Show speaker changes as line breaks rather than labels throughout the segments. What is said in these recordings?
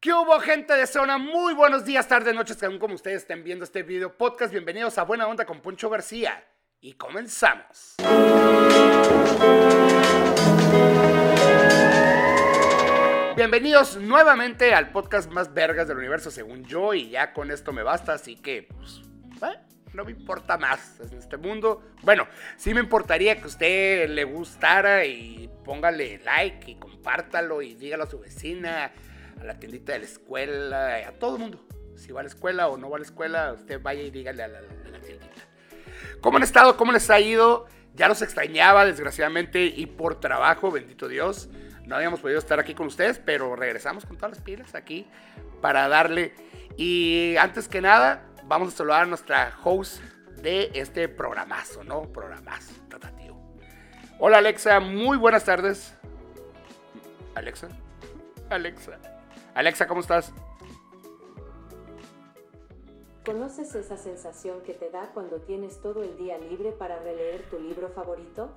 ¿Qué hubo, gente de zona? Muy buenos días, tardes, noches, que aún como ustedes estén viendo este video podcast. Bienvenidos a Buena Onda con Poncho García. Y comenzamos. Bienvenidos nuevamente al podcast más vergas del universo, según yo, y ya con esto me basta, así que, pues, ¿eh? no me importa más en este mundo. Bueno, sí me importaría que a usted le gustara y póngale like y compártalo y dígalo a su vecina, a la tiendita de la escuela, a todo el mundo. Si va a la escuela o no va a la escuela, usted vaya y dígale a la, a la tiendita. ¿Cómo han estado? ¿Cómo les ha ido? Ya los extrañaba, desgraciadamente, y por trabajo, bendito Dios. No habíamos podido estar aquí con ustedes, pero regresamos con todas las pilas aquí para darle. Y antes que nada, vamos a saludar a nuestra host de este programazo, ¿no? Programazo, tratativo. Hola Alexa, muy buenas tardes. Alexa, Alexa, Alexa, ¿cómo estás?
¿Conoces esa sensación que te da cuando tienes todo el día libre para releer tu libro favorito?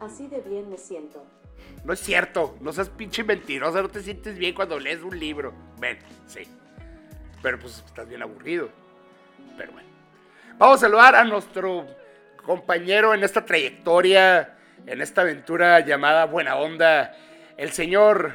Así de bien me siento.
No es cierto, no seas pinche mentirosa, no te sientes bien cuando lees un libro. Ven, sí. Pero pues estás bien aburrido. Pero bueno. Vamos a saludar a nuestro compañero en esta trayectoria, en esta aventura llamada Buena Onda, el señor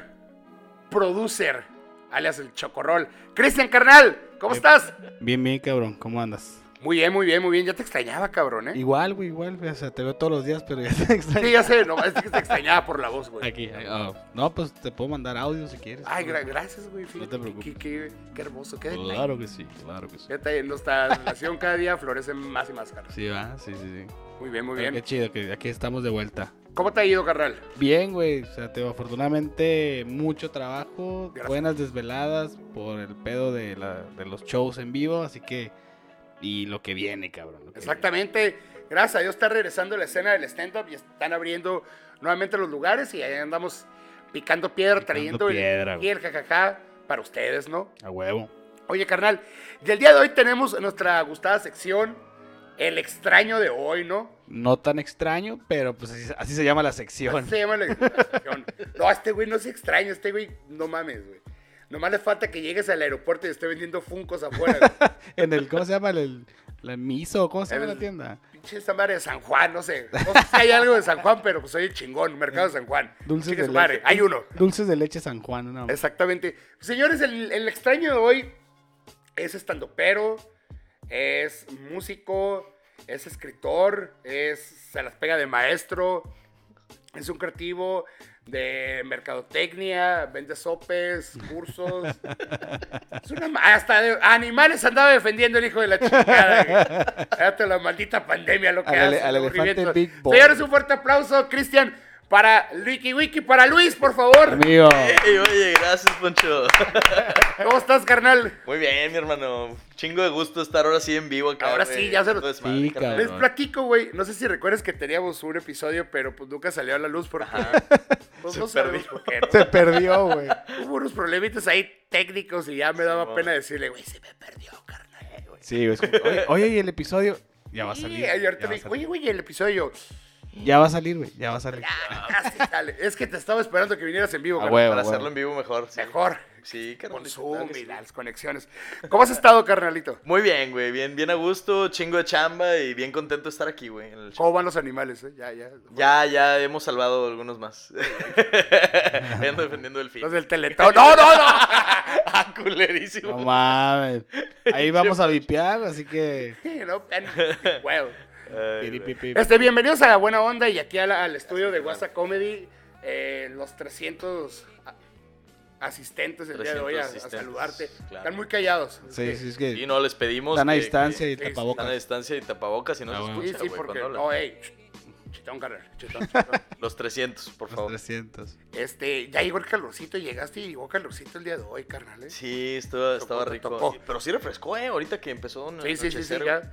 producer, alias el Chocorrol. Cristian Carnal, ¿cómo
Eh,
estás?
Bien, bien, cabrón, ¿cómo andas?
Muy bien, muy bien, muy bien. Ya te extrañaba, cabrón, ¿eh?
Igual, güey, igual, güey, o sea, te veo todos los días, pero ya te extraño.
Sí, ya sé, no, es que te extrañaba por la voz, güey.
Aquí, ahí, oh, no, pues te puedo mandar audio si quieres.
Ay, gra-
güey.
gracias, güey. fíjate,
No te
qué,
preocupes.
qué- qué hermoso, qué detalle.
Claro que sí, claro que sí.
Qué detalle. Nuestra relación cada día florece más y más, carnal.
Sí, va, sí, sí, sí.
Muy bien, muy
Pero Qué
bien.
chido que aquí estamos de vuelta.
¿Cómo te ha ido, carnal?
Bien, güey, o sea, te afortunadamente mucho trabajo,
Gracias.
buenas desveladas por el pedo de, la, de los shows en vivo, así que... Y lo que viene, cabrón. lo que
Exactamente. Gracias a Dios está regresando la escena del stand-up y están abriendo nuevamente los lugares y ahí andamos picando piedra,
Picando
trayendo el-
piedra,
y
güey.
el jajajá para ustedes, ¿no?
viene. A huevo.
Oye, carnal, y el día de hoy tenemos nuestra gustada sección, el extraño de hoy, ¿no?
No tan extraño, pero pues así, así se llama la sección.
Se llama la extracción. No, este güey no es extraño, este güey, no mames, güey. Nomás le falta que llegues al aeropuerto y esté vendiendo funcos afuera. güey.
En el, ¿cómo se llama? El, el- la miso, ¿cómo se llama
El-
la tienda?
Pinche esa madre de San Juan, no sé. No sé si hay algo de San Juan, pero pues soy el chingón, mercado de San Juan.
Eh, Dulces
Chingue
de
su madre,
leche.
Hay uno.
Dulces de leche San Juan, ¿no?
Exactamente. Señores, el, el extraño de hoy es estandopero, es músico, es escritor, es se las pega de maestro, es un creativo de mercadotecnia, vende sopes, cursos. Es una ma- hasta de animales andaba defendiendo el hijo de la chingada. güey. Hasta la maldita pandemia lo que
Al ele-
hace.
al
el
elefante
aburrimiento.
Big Boy.
Señores, un fuerte aplauso, Cristian, para Wiki Wiki, para Luis, por favor.
Amigo,
Ey, oye, gracias, Poncho.
¿Cómo estás, carnal?
Muy bien, mi hermano. Chingo de gusto estar ahora sí en vivo acá.
Ahora sí, ya se lo-
Sí,
Les
Cabrón.
platico, güey. No sé si recuerdas que teníamos un episodio, pero pues nunca salió a la luz porque pues,
Se
no sabemos
perdió.
por qué, ¿no?
se perdió, güey.
Hubo unos problemitas ahí técnicos y ya me daba
Simón.
pena decirle, güey, se me perdió, carnal, eh, güey.
Sí, güey. es como, Oye, oye, y el episodio. Ya va a salir.
Y ayer te
Ya va a
dije,
salir.
oye, güey, el episodio.
Ya va a salir, güey. Ya va a salir.
Ah, casi sale. Es que te estaba esperando que vinieras en vivo,
A
carnal.
huevo.
Para hacerlo en vivo mejor. sí.
Mejor.
Sí, carnal,
Con
¿qué
Zoom
tal?
y las conexiones. ¿Cómo has estado, carnalito?
Muy bien, güey. Bien, bien a gusto, chingo de chamba y bien contento de estar aquí, güey. en el show.
¿Cómo van los animales? eh? Ya, ya.
Ya, ya hemos salvado algunos más. Ando defendiendo el fin.
Los del teletón. ¡No, no, no!
ah,
No
culerísimo.
mames. Ahí vamos a vipear, así que.
Sí, no, pen- huevo.
Ay, güey.
Piripipi.
Este, bienvenidos a la buena onda y aquí a la- al estudio de WhatsApp Comedy, eh, los 300 a- asistentes el día de hoy a, a
300 asistentes,
saludarte.
claro.
Están muy callados.
Sí, sí, es
Sí,
que.
no, les pedimos.
Están a
que-
distancia
que-
y
sí, sí,
Están a
tapabocas.
distancia y tapabocas y no
Ah,
se
bueno.
Sí,
escucha,
sí,
güey,
porque...
cuando hablan.
No, hey, chitón, carnal, chitón, chitón.
Los 300, por
Los
favor.
300.
Este, ya llegó el calorcito, llegaste y llegó calorcito el día de hoy, carnal. ¿eh?
Sí, estaba, estaba
te
rico.
tocó.
Pero sí refrescó, ¿eh? Ahorita que empezó. a
Sí, sí, sí, sí,
anochecer,
ya.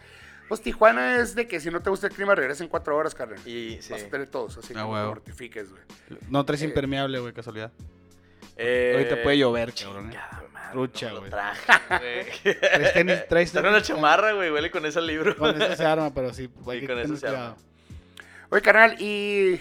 Pues Tijuana es de que si no te gusta el clima, regresa en cuatro horas, carnal.
Y sí.
Vas a tener todos, así que
Ah,
no te
huevo.
mortifiques, güey.
No traes
Eh,
impermeable, güey, casualidad. Ahorita puede llover, cabrón. eh. Trucha,
güey.
güey.
traje,
Traes tenis, traes
Está en una
tenis.
chamarra, güey. Huele con ese libro.
Con eso se arma, pero sí. hay
Sí,
que
con eso
tener
se arma.
cuidado.
Oye, carnal, ¿y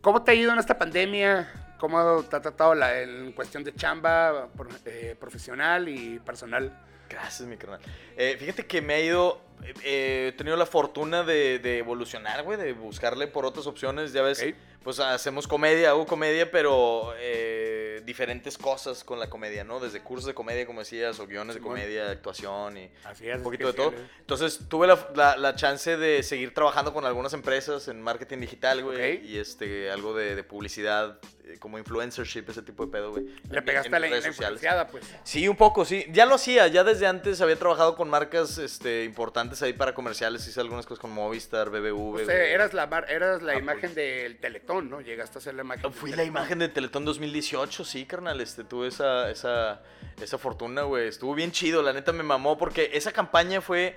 cómo te ha ido en esta pandemia? cómo te ha tratado la, en cuestión de chamba por- eh, profesional y personal.
Gracias, mi carnal. Eh, fíjate que me ha ido. eh, eh, he tenido la fortuna de, de evolucionar, güey, de buscarle por otras opciones. Ya ves,
Ok.
pues hacemos comedia, hago comedia, pero eh, diferentes cosas con la comedia, ¿no? Desde cursos de comedia, como decías, o guiones de
Simón.
comedia, actuación y
Así es.
un
es
poquito de
que
todo.
sí, ¿eh?
Entonces tuve la, la- la chance de seguir trabajando con algunas empresas en marketing digital, güey.
Ok.
Y este, algo de, de publicidad, eh, como influencership, ese tipo de pedo, güey.
Le pegaste a la, la influenciada, pues.
Sí, un poco, sí. Ya lo hacía, ya desde antes había trabajado con marcas este, importantes ahí para comerciales. Hice algunas cosas con Movistar, BBV.
Pues,
güey.
eh, eras la, mar- eras la
Ah,
imagen del Teletón, ¿no? Llegaste a ser la imagen. del
Fui la
Teletón.
imagen de Teletón 2018, sí, carnal. Este, tuve esa, esa, esa fortuna, güey. Estuvo bien chido, la neta me mamó, porque esa campaña fue.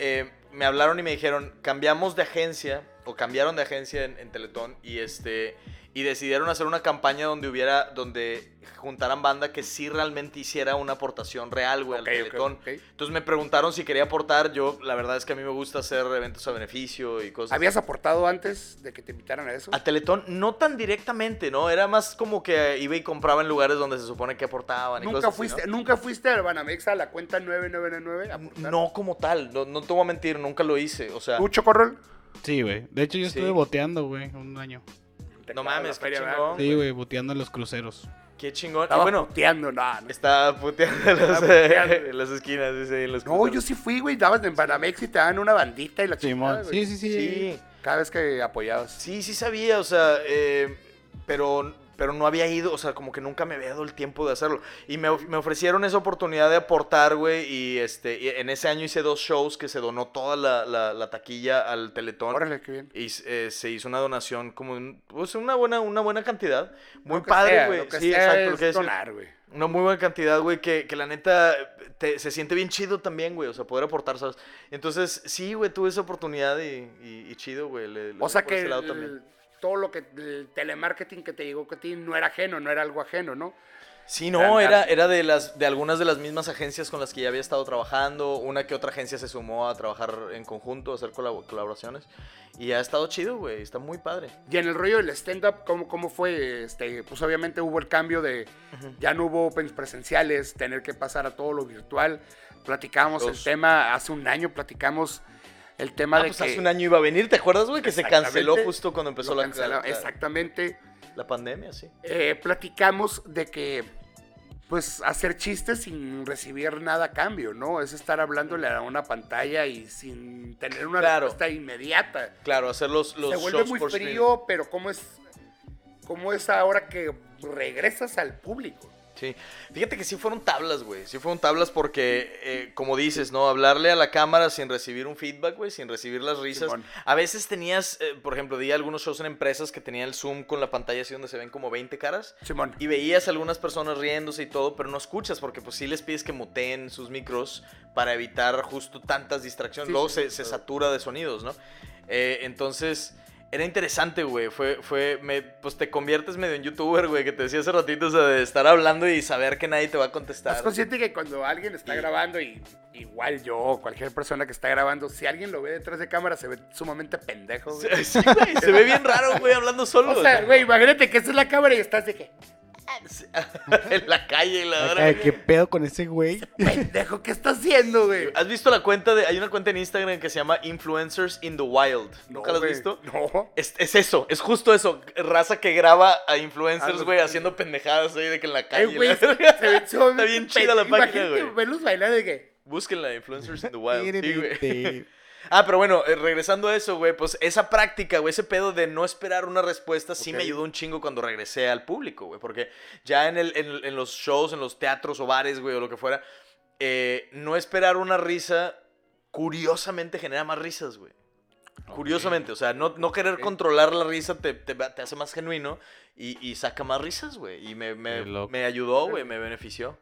eh, me hablaron y me dijeron, cambiamos de agencia, o cambiaron de agencia en, en Teletón, y este. Y decidieron hacer una campaña donde hubiera. donde juntaran banda que sí realmente hiciera una aportación real, güey,
Ok,
al
ok,
Teletón.
ok.
Entonces me preguntaron si quería aportar. Yo, la verdad es que a mí me gusta hacer eventos a beneficio y cosas.
¿Habías aportado antes de que te invitaran a eso?
A Teletón, no tan directamente, ¿no? Era más como que iba y compraba en lugares donde se supone que aportaban. y
¿Nunca
cosas así,
fuiste, ¿Nunca fuiste al Banamex a la cuenta 999 a
¿no?
aportar?
No como tal, no, no te voy a mentir, nunca lo hice. O sea,
¿Tú, Chocorrol?
Sí, güey. De hecho, yo
Sí.
estuve boteando, güey, un año.
No mames, qué
¿verdad?
chingón.
Sí, güey, boteando en los cruceros.
qué chingón. Y
Estaba
bueno,
puteando, no, no.
está puteando en las,
puteando.
en las esquinas, dice, en los
No,
cruceros.
yo sí fui, güey. Dabas en Banamex y te daban una bandita y la chingada,
Simón.
güey.
Sí, sí, sí.
Sí,
Cada vez que apoyabas.
sí, sí sabía, o sea, eh, pero, pero no había ido, o sea, como que nunca me había dado el tiempo de hacerlo. Y me, of- me ofrecieron esa oportunidad de aportar, güey, y este, y en ese año hice dos shows que se donó toda la, la- la taquilla al Teletón.
Órale, qué bien.
Y eh, se hizo una donación como un- pues una buena, una buena cantidad. Muy
Lo que
padre,
sea,
güey.
Lo que
Sí,
sea
exacto, lo
es
que decía.
donar, güey.
Una muy buena cantidad, güey, que, que la neta te- se siente bien chido también, güey. O sea, poder aportar, ¿sabes? Entonces, sí, güey, tuve esa oportunidad y, y- y chido, güey. le- le-
O sea
por
que
ese lado
el-
también.
todo lo que el telemarketing que te llegó que a ti no era ajeno, no era algo ajeno, ¿no?
Sí, no, era,
Eran-
era de, las, de algunas de las mismas agencias con las que ya había estado trabajando. Una que otra agencia se sumó a trabajar en conjunto, a hacer colabo- colaboraciones. Y ha estado chido, güey. Está muy padre.
Y en el rollo del stand-up, ¿cómo, ¿cómo fue? Este, pues obviamente hubo el cambio de. Ya no hubo opens presenciales, tener que pasar a todo lo virtual. Platicamos el
Los-
tema, hace un año platicamos el tema
Ah,
de
pues
que.
hace un año iba a venir, ¿te acuerdas, güey? Que se canceló
Exactamente.
justo cuando empezó
lo
la,
cancelaron.
la-
Exactamente.
la pandemia, sí.
Eh, platicamos de que. Pues hacer chistes sin recibir nada a cambio, ¿no? Es estar hablándole a una pantalla y sin tener una
Claro.
respuesta inmediata.
Claro, hacer los, los
se vuelve
shows
muy
por
frío, pero ¿cómo es, ¿cómo es ahora que regresas al público?
streaming. Sí. Fíjate que sí fueron tablas, güey. Sí fueron tablas porque, eh, como dices, ¿no? Hablarle a la cámara sin recibir un feedback, güey, sin recibir las risas.
Simón.
A veces tenías, eh, por ejemplo, di algunos shows en empresas que tenían el Zoom con la pantalla así donde se ven como 20 caras.
Simón.
Y veías algunas personas riéndose y todo, pero no escuchas porque pues sí les pides que muteen sus micros para evitar justo tantas distracciones.
Sí,
Luego
sí,
se,
sí,
se
claro.
satura de sonidos, ¿no? Eh, entonces, era interesante, güey. Fue, fue, me, pues te conviertes medio en youtuber, güey, que te decía hace ratito, o sea, de estar hablando y saber que nadie te va a contestar.
¿Estás consciente que cuando alguien está
Y-
grabando, y igual yo, o cualquier persona que está grabando, si alguien lo ve detrás de cámara, se ve sumamente pendejo, güey?
Sí, güey, se ve bien raro, güey, hablando solo.
O sea, güey, imagínate que esta es la cámara y estás de que,
en la calle, la verdad.
Ay, qué pedo con ese güey.
pendejo, ¿qué está haciendo, güey?
¿Has visto la cuenta de.? Hay una cuenta en Instagram que se llama Influencers in the Wild.
No,
¿Nunca la has
güey,
visto?
No.
Es, es eso, es justo eso. Raza que graba a
A
influencers,
los-
güey, haciendo pendejadas ahí de que en la calle.
Ay, Eh, güey,
la
se
verga.
ve
Está
sumamente
bien chida la
pendejo.
página,
Imagínate
güey.
verlos bailar de que,
Búsquenla, influencers in the wild. sí, güey.
Tiriti.
Ah, pero bueno, eh, regresando a eso, güey, pues esa práctica, güey, ese pedo de no esperar una respuesta sí me
Ok.
ayudó un chingo cuando regresé al público, güey, porque ya en, el, en, en los shows, en los teatros o bares, güey, o lo que fuera, eh, no esperar una risa, curiosamente genera más risas, güey. Curiosamente, o sea, no, no querer
Ok.
controlar la risa te, te, va- te hace más genuino y, y saca más risas, güey. Y me, me,
Qué loco.
me ayudó, güey, me benefició.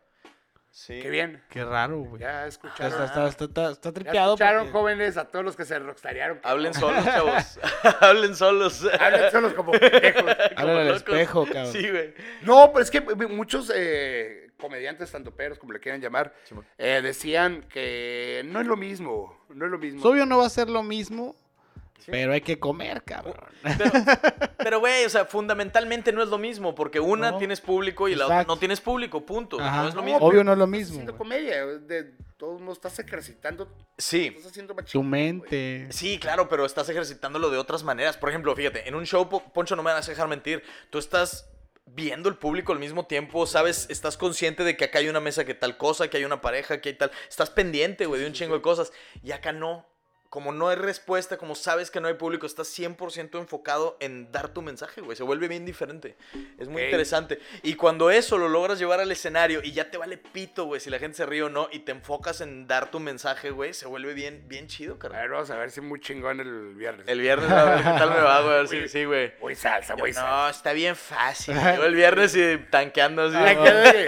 Sí.
qué bien.
Qué raro, güey.
Ya
Está,
escucharon.
está, está, está, está, está
Ya
tripeado.
escucharon,
porque-
jóvenes, a todos los que se rockstarearon.
Hablen solos, chavos. Hablen solos.
Hablan solos como pendejos.
Háblale al
locos.
espejo, cabrón.
Sí, güey.
No, pero es que muchos eh, comediantes tantoperos, como le quieran llamar,
Simón.
eh, decían que no es lo mismo. No es lo mismo.
Pues, obvio no va a ser lo mismo,
Sí.
Pero hay que comer, cabrón.
Pero- Pero, güey, o sea, fundamentalmente no es lo mismo, porque una
No.
tienes público y la otra
Exacto.
no tienes público, punto.
Ajá.
No es lo
No,
mismo.
Obvio no es lo
Estás
mismo.
haciendo
güey.
comedia, de todos modos estás ejercitando,
Sí,
estás haciendo machín,
Tu
güey.
mente.
sí, claro, pero estás ejercitándolo de otras maneras. Por ejemplo, fíjate, en un show, Po- Poncho, no me vas a dejar mentir, tú estás viendo el público al mismo tiempo, sabes, estás consciente de que acá hay una mesa que tal cosa, que hay una pareja, que hay tal, estás pendiente, güey, de un chingo de cosas, y acá no. Como no hay respuesta, como sabes que no hay público, estás 100% enfocado en dar tu mensaje, güey. Se vuelve bien diferente. Es muy
Ok.
interesante. Y cuando eso lo logras llevar al escenario y ya te vale pito, güey, si la gente se ríe o no, y te enfocas en dar tu mensaje, güey, se vuelve bien, bien chido,
A
carnal.
ver, vamos a ver si muy chingón el viernes.
El viernes, a ver qué tal me va, güey. a ver si-
Güey.
Sí, güey.
Voy salsa, voy
Yo,
salsa.
no, está bien fácil. Yo el viernes y tanqueando así.
Ya quedé.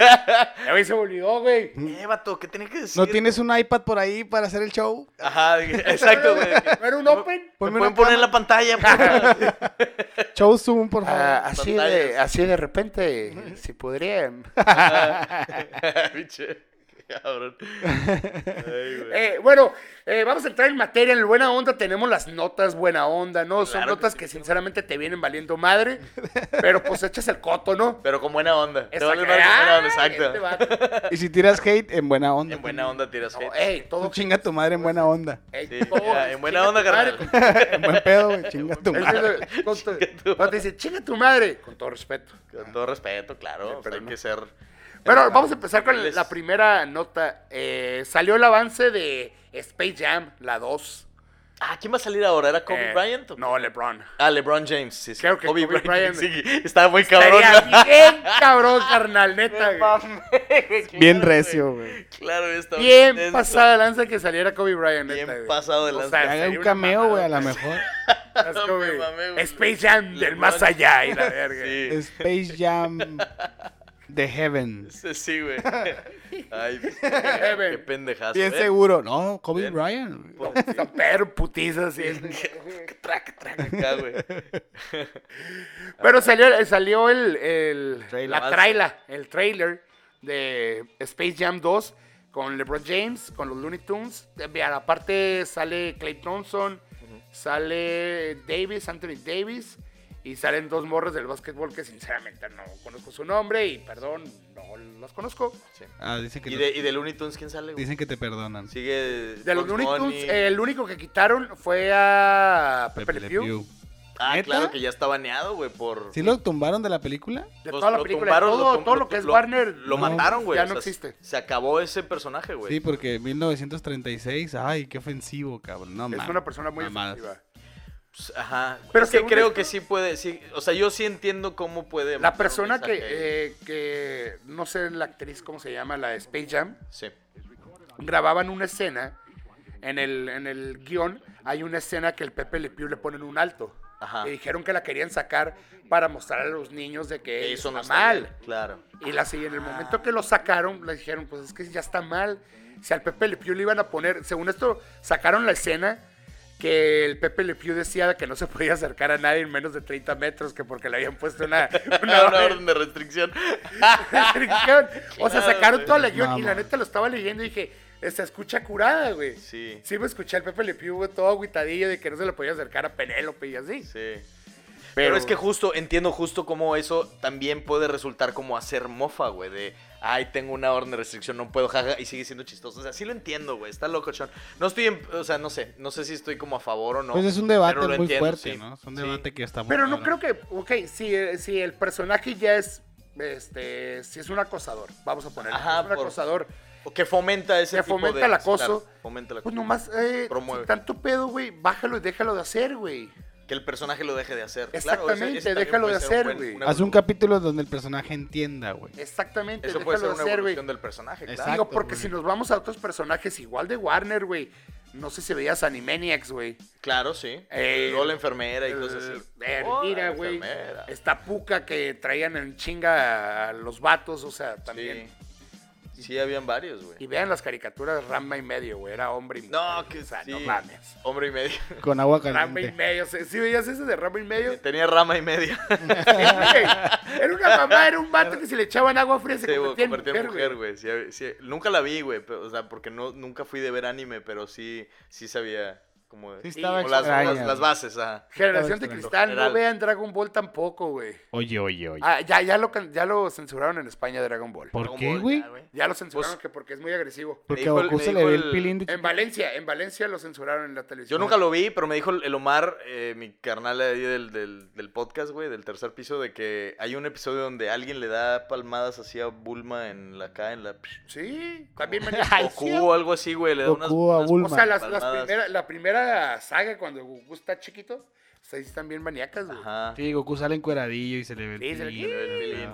Ya me se me olvidó, güey.
Eh, vato, ¿qué tenés que decir?
¿No tienes un iPad por ahí para hacer el show?
Ajá, exacto, güey.
¿No era un open?
Me
Ponme
pueden
una
poner en
cámara.
la pantalla. puta.
Show Zoom, por favor.
Ah, así, de,
pantallas.
así de repente, si podrían. pues.
Pinche, cabrón. Ay, güey.
Eh, bueno, eh, vamos a entrar en materia. En el Buena Onda tenemos las notas Buena Onda, ¿no? Son
Claro que
notas que, sinceramente te vienen valiendo madre, pero pues echas el coto, ¿no?
Pero con buena onda. Te
Esa
vale
cara,
madre con buena onda,
este
exacto.
vato.
y si tiras hate, en buena onda.
En buena onda tiras
No, eh,
hate.
ey, todo
Tú chinga tu madre en buena onda.
ey,
Sí,
todo,
ya, en buena
chinga
onda,
tu madre,
carnal.
con-
En buen pedo, güey. Chinga tu
Él
madre.
dice, con tu-
Chinga tu
cuando te dice, chinga tu madre, con todo respeto.
Con todo respeto, claro. o sea,
pero
hay
no.
que ser.
Bueno, vamos a empezar con
Les-
la primera nota. Eh, salió el avance de Space Jam, la 2.
Ah, ¿quién va a salir ahora? ¿Era Kobe
Eh,
Bryant? o-
No, LeBron.
Ah, LeBron James. Sí, sí.
Creo que Kobe Bryant-
sí, estaba muy cabrón.
Estaría bien cabrón, carnal, neta.
No
güey.
mames,
Bien
claro,
recio, güey.
güey. Claro, estaba
Bien
intenso.
pasada de lanza que saliera Kobe Bryant,
Bien
neta. güey.
pasado de
O
lanza.
sea,
Que haga
sería
un
una
cameo, güey, a
mamada,
lo mejor.
Es como,
Me
güey,
mamé, güey.
Space Jam del
LeBron.
más allá y la verga.
Sí.
Space Jam The Heaven.
Sí, sí, güey. Ay, pues, qué pendejazo.
Bien
¿eh?
seguro. No, Kobe
Bien.
Bryant. güey.
San Pedro putiza así.
Track, track acá, güey.
Pero salió, eh, salió el, el-
Trailer.
la traila, el trailer de Space Jam 2 con LeBron James, con los Looney Tunes. Eh, vean, Aparte sale Clay Thompson, sale Davis, Anthony Davis, y salen dos morros del básquetbol que sinceramente no conozco su nombre y perdón, no los conozco.
Ah, dicen que,
¿Y
te-
de, ¿Y de Looney Tunes quién sale, güey?
dicen que te perdonan.
Sigue.
De los
Bugs
Looney Tunes,
Bunny.
eh, el único que quitaron fue a Pepe, Le Pew.
ah,
¿neta?
claro que ya está baneado, güey, por.
¿Sí lo tumbaron de la película?
De
Los-
toda la
lo
película,
tumbaron,
todo,
tum-
todo lo que es Warner.
Lo
no,
mataron, güey.
ya
o
no
sea,
existe.
Se acabó ese personaje, güey.
Sí, porque 1936. Ay, qué ofensivo, cabrón. No
es
mames.
una persona muy
Mamadas.
efectiva.
Pues, Ajá.
Pero
Pero es que
según
creo
esto-
que sí puede. Sí, o sea, yo sí entiendo cómo puede.
La
mandar un
persona que,
mensaje ahí.
eh, que, no sé la actriz cómo se llama, la de Space Jam,
Sí.
grababan una escena, en el, en el guión hay una escena que el Pepe Le Pew le ponen un alto.
Ajá.
Y dijeron que la querían sacar para mostrar a los niños de que
Eso no
eh, está
está
mal.
bien, Ah. Claro.
Y la y en el momento que lo sacaron, le dijeron, pues es que ya está mal. Si al Pepe Le Pew le iban a poner, según esto, sacaron la escena que el Pepe Le Pew decía que no se podía acercar a nadie en menos de 30 metros, que porque le habían puesto una, una
Una
orden
orden de restricción.
restricción. O sea,
Claro,
sacaron
güey.
toda la guión y
Mamá.
la neta lo estaba leyendo y dije, se escucha curada, güey. Sí.
Sí.
me escuché al Pepe Le Pew güey, todo agüitadillo de que no se le podía acercar a Penélope y así.
Sí. Pero, es que justo, entiendo justo cómo eso también puede resultar como hacer mofa, güey, de, ay, tengo una orden de restricción, no puedo, jaja, y sigue siendo chistoso. O sea, sí lo entiendo, güey, está loco, Sean. No estoy, en- o sea, no sé, no sé si estoy como a favor o no.
Pues es un
pero
debate
lo
muy
entiendo,
fuerte,
sí.
¿no? Es un
Sí.
debate que está muy
Pero no creo
cabrón.
que, ok, si, eh, si el personaje ya es, este, si es un acosador, vamos a ponerlo,
Ajá,
es un
por-
acosador, pues
O que fomenta ese
que
tipo
fomenta
de-
el acoso,
claro, fomenta el acoso.
pues nomás, eh,
Promueve.
sin tanto pedo, güey, bájalo y déjalo de hacer, güey.
Que el personaje lo deje de hacer. Claro, ese-
Exactamente,
ese también
déjalo
puede
de
ser
hacer,
buen-
güey.
una
Haz un
evolución.
capítulo donde el personaje entienda, güey.
Exactamente,
Eso puede ser
déjalo
una
de hacer, güey.
evolución del personaje, claro.
Exacto.
Digo, porque
güey.
si nos vamos a otros personajes igual de Warner, güey, no sé si veías Animaniacs, güey.
Claro, sí.
Eh,
Luego la enfermera y cosas
Eh,
así.
eh,
Oh, la
mira, güey.
enfermera.
Esta puca que traían en chinga a los vatos, o sea, también.
Sí. Sí, habían varios, güey.
Y vean las caricaturas Ramba y medio, güey. Era hombre y medio.
No, que
O sea,
sí.
no mames.
Hombre y medio.
Con agua
Ramba y
caliente.
medio. ¿Sí sí veías ese de Ramba y medio? Sí,
Tenía rama y media.
güey. era una mamá, era un vato que si le echaban agua fría se
Se
convertía en
convertía en mujer,
güey.
güey. Sí, sí. Nunca la vi, güey. pero, O sea, porque no, nunca fui de ver anime, pero sí, sí sabía. Como de-
Sí,
Sí,
estaba
o las,
extraña,
las- las
güey.
bases, ajá.
Generación de
extraño.
Cristal, no
General.
vean Dragon Ball tampoco, güey.
Oye, oye, oye.
Ah, ya, ya, lo, can- ya lo censuraron en España Dragon Ball.
¿Por
Dragon
qué,
Ball,
güey?
ya,
Ya lo censuraron
Pues-
que porque es muy agresivo.
Porque a
dijo el-
Goku
me
se le
dijo
ve el
el-
pilín de
En Valencia, en Valencia lo censuraron en la televisión.
Yo nunca lo vi, pero me dijo el el Omar, eh, mi carnal ahí del, del, del podcast, güey, del tercer piso, de que hay un episodio donde alguien le da palmadas así a Bulma en la acá, en la...
Sí, también me
Goku o algo así, güey, le da unas...
Goku a
unas
O
Bulma.
sea, las, las
Palmadas.
primera- la primera saga cuando Goku está chiquito, o sea, ahí están bien maníacas, güey.
Ajá.
Sí, Goku sale encueradillo y se le ve el
Sí, se le-
pilín,
El
güey,
pilín.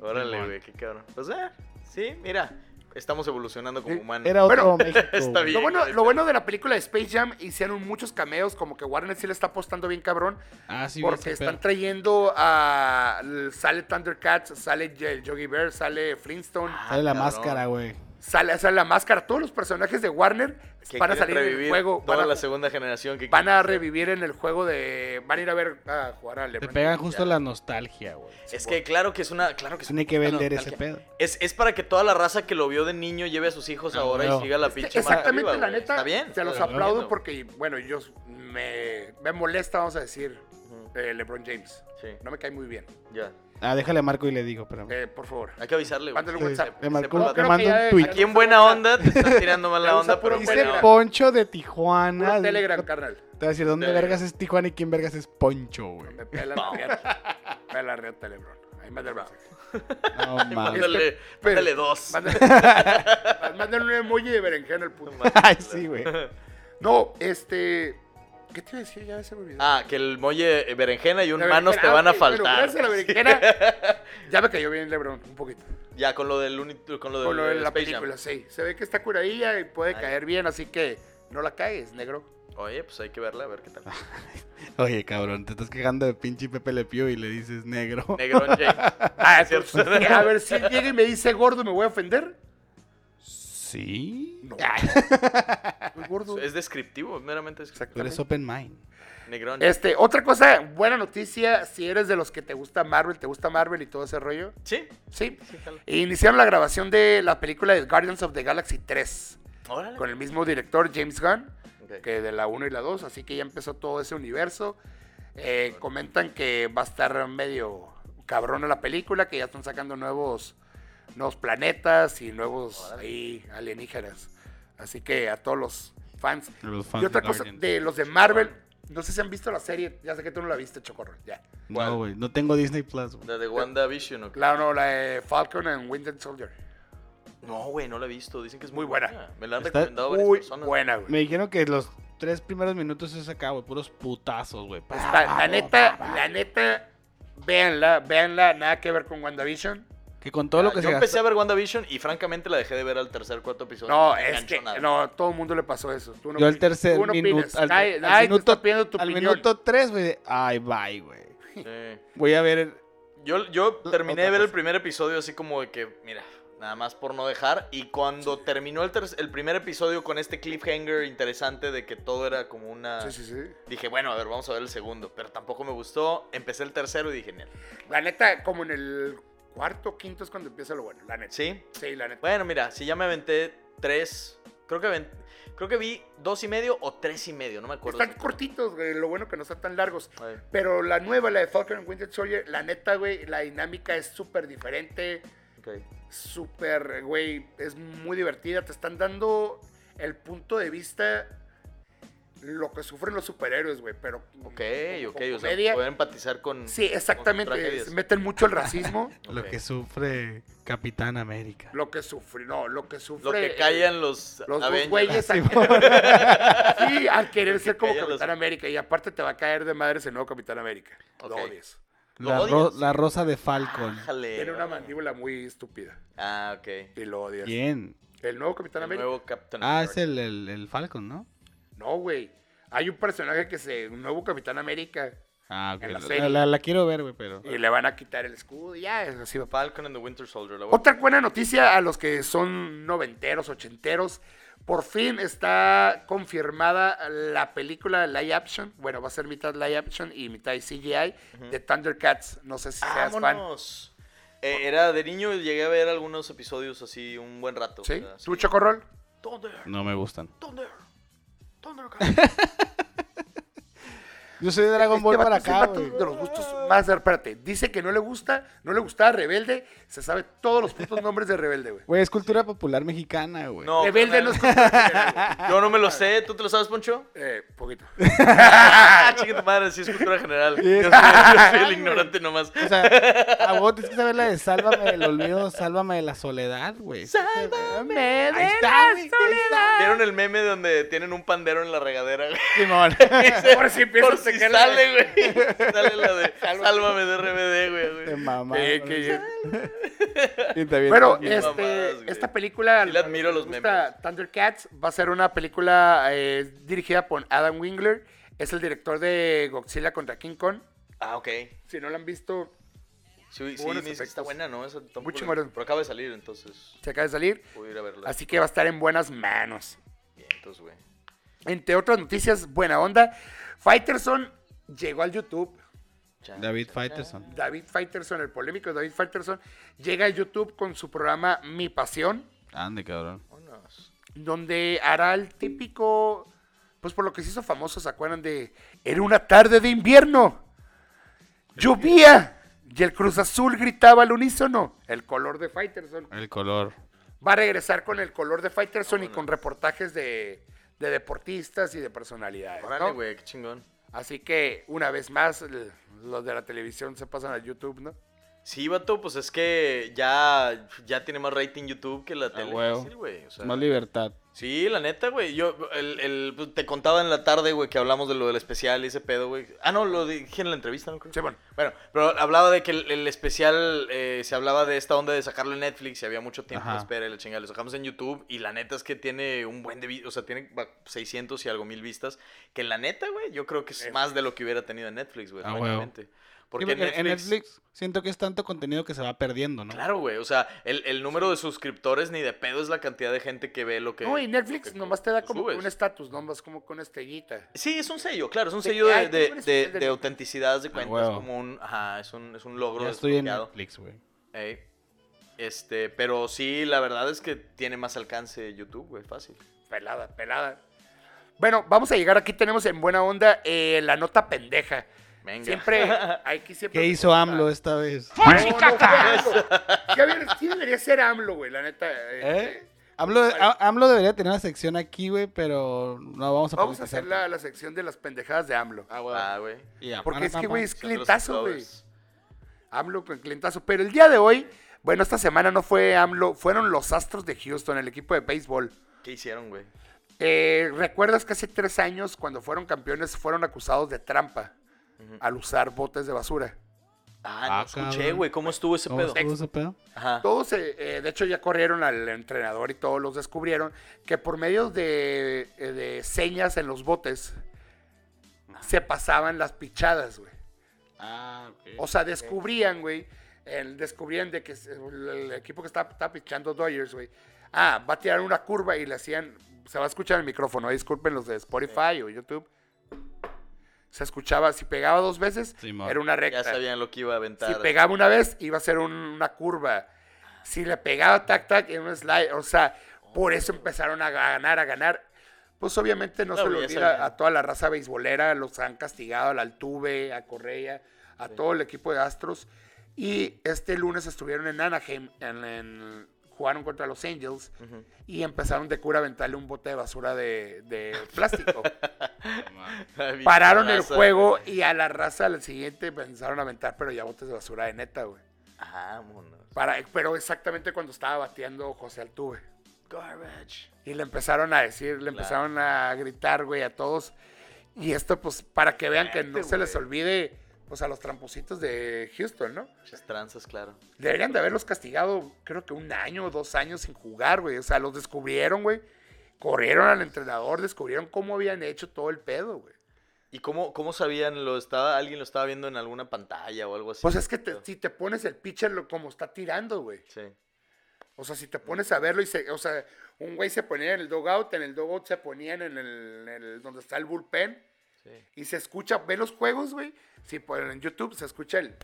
no.
Órale,
Simón.
güey, qué cabrón. O sea, sí, mira, estamos evolucionando como
Sí,
humanos.
Eh, Era otro
Bueno,
México.
está
güey.
bien.
Lo bueno, lo bueno de la película de Space Jam, hicieron muchos cameos, como que Warner sí le está apostando bien cabrón,
Ah, sí,
porque
ese
están
pedo.
trayendo a... Sale Thundercats, sale el Yogi Bear, sale Flintstone,
Ah,
Sale la
cabrón.
máscara, güey.
sale, sale la máscara. Todos los personajes de Warner
Que
van a
quieren
salir en el
revivir
juego.
Toda
Van a,
la segunda generación que...
van a revivir en el juego de... Van a ir a ver a jugar a
Te
LeBron.
pegan justo
Ya.
la nostalgia, güey.
Es que claro que es una... Claro que
Pues
es
Tiene
una
que
puta
vender ese
nostalgia.
pedo.
Es, es para que toda la raza que lo vio de niño lleve a sus hijos
Ah,
ahora
huevo.
y siga la
Sí,
pinche marca
Exactamente,
viva,
la
güey.
neta.
Está bien.
se los
está bien,
aplaudo
güey.
porque, bueno, yo me, me molesta, vamos a decir,
Ujú.
eh, LeBron James.
Sí,
No me cae muy bien.
ya.
Ah, déjale marco y le digo, pero.
Eh, por favor.
Hay que avisarle, güey.
Mándale un
Sí,
WhatsApp.
le
que
marco,
sepa-
le
creo que
mando
ya
un
de-
tweet.
Aquí en buena onda te estás tirando
Le
mala
usa
onda, pero
puro
en
Dice
buena onda.
Poncho de Tijuana.
Puro Telegram, carnal.
Te voy a decir, ¿dónde
Telegram.
vergas es Tijuana y quién vergas es Poncho, güey?
Me pela la reata. Me pela la reata, LeBron. Ahí manda el mensaje.
No mames.
Mándale,
pero-
mándale dos.
Mándale, mándale un emoji de berenjena al puto.
Ay, sí, güey.
No, este. ¿Qué te iba a decir? Ya se me olvidó.
Ah, que el molle eh, berenjena y un
La
manos te
berenjena, ah,
van a
ok, bueno,
faltar.
gracias a la berenjena. Ya me cayó bien LeBron, un poquito.
Ya con lo del uni- con lo del
Con lo de la
Space Jam.
película, sí. Se ve que está curadilla y puede
Ay.
caer bien, así que no la caes, negro.
Oye, pues hay que verla a ver qué tal.
Oye, cabrón, te estás quejando de pinche Pepe Le Pew y le dices negro.
Negrón James.
Ah,
es cierto.
entonces, A ver, si llega y me dice gordo, ¿me voy a ofender?
Sí.
No.
Ay,
Soy gordo.
Es descriptivo, meramente descriptivo.
tú eres open mind.
Negrón James.
Este, otra cosa, buena noticia, si eres de los que te gusta Marvel, te gusta Marvel y todo ese rollo.
Sí,
Sí.
sí, jala.
Iniciaron la grabación de la película de Guardians of the Galaxy 3
Órale.
con el mismo director James Gunn.
Ok.
que de la 1 y la 2, así que ya empezó todo ese universo. Eh, comentan que va a estar medio cabrón la película, que ya están sacando nuevos, nuevos planetas y nuevos
Órale.
ahí, alienígenas. Así que a todos los fans.
Los fans
Y otra
de
cosa,
Guardians.
de los de Marvel, no sé si han visto la serie, ya sé que tú no la viste, Chocorro, ya.
No, güey, no tengo Disney Plus, güey.
La de WandaVision, ¿o qué?
Claro, no, la de Falcon and Winter Soldier.
No, güey, no la he visto. Dicen que es
Muy
muy
buena.
buena. Me la han
Está
recomendado varias
Muy
personas.
buena, güey.
Me dijeron que los tres primeros minutos es acá, güey, puros putazos, güey. Pa,
Está-
pa,
la
pa,
neta,
pa, pa.
la neta, véanla, véanla, nada que ver con WandaVision.
Que con todo lo
Ah,
que
Yo
se
empecé
gastó.
a ver WandaVision y francamente la dejé de ver al tercer, cuarto episodio.
No,
me
es
enganchó
que
nada.
no, todo el mundo le pasó eso. Tú no
Yo al
opinas.
tercer
Tú no opinas.
minuto. Al,
Nadie-
al
nadie te
minuto,
está pidiendo tu
al
opinión.
minuto tres, güey. de, Ay, bye, güey.
Sí.
Voy a ver. el-
Yo, yo terminé
Otra
de ver el
cosa.
primer episodio así como de que, mira, nada más por no dejar. Y cuando terminó el, ter- el primer episodio con este cliffhanger interesante de que todo era como una...
Ah.
Sí, sí, sí.
Dije, bueno, a ver, vamos a ver el segundo. Pero tampoco me gustó. Empecé el tercero y dije, "Nel".
La neta, como en el cuarto, quinto es cuando empieza lo bueno. La neta.
¿sí?
Sí, la neta.
Bueno, mira, si ya me aventé tres... Creo que, aven- creo que vi dos y medio o tres y medio, no me acuerdo.
Están cortitos, güey. Lo bueno que no están tan largos.
Ay.
Pero la nueva, la de Falcon and Winter Soldier, la neta, güey, la dinámica es súper diferente.
Ok.
Súper, güey, es muy divertida. Te están dando el punto de vista lo que sufren los superhéroes, güey, pero
Ok,
como-
ok,
como
o sea,
comedia.
poder empatizar con...
Sí,
con
exactamente. eh,
tragedias.
se Meten mucho el racismo.
Lo
Ok.
que sufre Capitán América.
Lo que sufre, no, lo que sufre.
Lo que
eh,
callan los,
los dos
Avengers.
güeyes al, sí, al querer ser como
callan los-
Capitán América. Y aparte te va a caer de madre ese nuevo Capitán América. Lo
Ok.
odies.
¿Lo
La,
odias?
ro- la rosa de Falcon.
Ah,
Ájale,
Tiene una
órale.
mandíbula muy estúpida.
Ah, ok. El
Y lo odias.
¿Quién?
El nuevo Capitán América.
nuevo Captain
Ah, es
America.
el, el, el Falcon, ¿no?
No, güey. Hay un personaje que es un nuevo Capitán América.
Ah, ok.
En la
La,
serie.
la- la quiero ver, güey, pero.
Y le van a quitar el escudo. Y ya, es así va.
Falcon and the Winter Soldier. la voy a-
Otra buena noticia a los que son noventeros, ochenteros. Por fin está confirmada la película live action. Bueno, va a ser mitad live action y mitad CGI de Thundercats. No sé si seas fan.
¡Vámonos! Eh, era de niño y llegué a ver algunos episodios así un buen rato. o
¿Sí?
sea,
¿Tú, Chocorrol?
Thunder,
No me gustan.
Thunder.
Tómalo, cabrón.
Yo soy de Dragon Ball
Este vato
para
es
acá,
el vato
güey.
de los gustos más. Espérate, dice que no le gusta, no le gustaba Rebelde. Se sabe todos los putos nombres de Rebelde, güey.
Güey, es cultura popular mexicana, güey.
No,
Rebelde no
carnal.
es cultura general, güey.
Yo no me lo sé, ¿tú te lo sabes, Poncho?
Eh, poquito.
Ah, chinga tu madre, sí es cultura general. Yo soy, yo soy el ignorante nomás.
O sea, a vos tienes que saber la de Sálvame del olvido, sálvame de la soledad, güey. Sálvame de la soledad.
¿Vieron el meme donde tienen un pandero en la regadera? güey?
Simón.
Por si empieza
Por
a
si
sacar la-
sale, güey. Sale la de Sálvame de RBD, güey,
Te
güey.
mamá.
Eh, que-
Bueno,
Bueno,
bien.
este,
Mamadas, güey.
esta película,
Sí le admiro
nos
los
gusta
memes.
Thundercats, va a ser una película eh, dirigida por Adam Wingler. Es el director de Godzilla contra King Kong.
Ah, ok.
Si no la han visto,
Sí, sí,
Buenos
me dice que está
efectos.
buena, ¿no? Esa tampoco
Muy
la-
chingona.
Pero acaba de salir, entonces
se acaba de salir.
puedo ir a verla.
Así que va a estar en buenas manos.
Bien, entonces, güey.
Entre otras noticias, buena onda. Fighterson llegó al YouTube.
Chan,
David
chan,
Faitelson.
David Fighterson, el polémico David Fighterson, llega a YouTube con su programa Mi Pasión,
Ande, cabrón.
chan. Vámonos.
donde hará el típico, pues por lo que se hizo famoso, ¿se acuerdan de? Era una tarde de invierno, llovía y el Cruz Azul gritaba al unísono, el color de Fighterson.
El color.
Va a regresar con el color de Fighterson y con reportajes de, de deportistas y de personalidades.
Órale,
¿no?
güey, qué chingón.
Así que, una vez más, l- los de la televisión se pasan a YouTube, ¿no?
Sí, vato, pues es que ya, ya tiene más rating YouTube que la tele.
huevo.
fácil, güey. O sea,
Más libertad.
Sí, la neta, güey. Yo el, el- pues, te contaba en la tarde, güey, que hablamos de lo del especial y ese pedo, güey. Ah, no, lo dije en la entrevista, ¿no? Creo.
Sí, bueno.
Bueno, pero hablaba de que el, el especial eh, se hablaba de esta onda de sacarlo en Netflix y había mucho tiempo de
Ajá.
espera y la chingada. Lo sacamos en YouTube y la neta es que tiene un buen de vi- o sea, tiene va, 600 y algo mil vistas. Que la neta, güey, yo creo que es más de lo que hubiera tenido en Netflix, güey,
Ah, huevo.
francamente.
Sí,
Porque
en Netflix siento que es tanto contenido que se va perdiendo, ¿no?
Claro, güey. O sea, el, el número de suscriptores ni de pedo es la cantidad de gente que ve lo que.
No, y
lo
Netflix
que
nomás te da como que
subes.
un estatus, nomás como con estrellita.
Sí, es un sello, claro, es un
De
sello
que,
de,
ay,
de-
tú eres
de-
el del-
de autenticidad de cuentas,
Ah, huevo.
como un, ajá, es un, es un logro
Ya estoy en
desbloqueado.
Netflix, güey.
Ey. Este, pero sí, la verdad es que tiene más alcance YouTube, güey, fácil.
Pelada, pelada. Bueno, vamos a llegar. Aquí tenemos en buena onda eh, la nota pendeja.
Venga.
Siempre, aquí siempre.
¿Qué hizo AMLO esta vez?
No, no, fue AMLO. Ya bien, sí debería ser AMLO, güey, la neta. eh,
¿Eh? AMLO, a- AMLO debería tener una sección aquí, güey, pero no vamos a
Vamos a hacer
politizar.
la, la sección de las pendejadas de AMLO.
Ah, güey.
Y a-
Porque es que, güey, es
Son de los
clientazo, güey.
explorers.
AMLO con clientazo. Pero el día de hoy, bueno, esta semana no fue AMLO, fueron los Astros de Houston, el equipo de béisbol.
¿Qué hicieron, güey?
Eh, ¿Recuerdas que hace tres años, cuando fueron campeones, fueron acusados de trampa al usar botes de basura?
Ah, no
Ah,
escuché,
cabrón.
güey, ¿cómo estuvo ese
¿Cómo
pedo?
estuvo ese pedo?
Ajá.
Todos, eh, eh, de hecho, ya corrieron al entrenador y todos los descubrieron que por medio de, eh, de señas en los botes se pasaban las pichadas, güey.
Ah, ok.
O sea, descubrían, güey. el- Descubrían de que se- el, el equipo que estaba, estaba pichando Dodgers, güey. Ah, va a tirar una curva y le hacían. Se va a escuchar el micrófono. eh, Disculpen los de Spotify o YouTube. Se escuchaba, si pegaba dos veces,
Simón.
era una recta.
Ya sabían lo que iba a aventar.
Si pegaba una vez, iba a ser un- una curva. Si le pegaba tac tac en un slide, o sea, por eso empezaron a ganar, a ganar. Pues obviamente no
Claro,
se lo
ya
olvida
sabían.
a toda la raza beisbolera, los han castigado al Altuve, a Correa, a todo el equipo de Astros. Y este lunes estuvieron en Anaheim, en- en- jugaron contra los Angels
Ujú.
y empezaron de cura a aventarle un bote de basura de- de plástico.
Ay,
Pararon el
raza.
juego y a la raza al siguiente empezaron a aventar, pero ya botes de basura de neta, güey.
Ah, Vámonos.
Para, pero exactamente cuando estaba bateando José Altuve.
Garbage.
Y le empezaron a decir, le empezaron a gritar, güey, a todos. Y esto, pues, para que vean que no
Fuerte,
se les
güey.
olvide, pues, a los trampositos de Houston, ¿no?
Muchas tranzas, claro.
Deberían de haberlos castigado, creo que un año o dos años sin jugar, güey. O sea, los descubrieron, güey. Corrieron al entrenador, descubrieron cómo habían hecho todo el pedo, güey.
¿Y cómo, cómo sabían? ¿Lo estaba, ¿Alguien lo estaba viendo en alguna pantalla o algo así?
Pues es que te- si te pones el pitcher lo- como está tirando, güey.
Sí.
O sea, si te pones a verlo y se, o sea, un güey se ponía en el dugout, en el dugout se ponían en el, en el- donde está el bullpen
sí.
y se escucha, ve los juegos, güey. Si ponen en YouTube se escucha el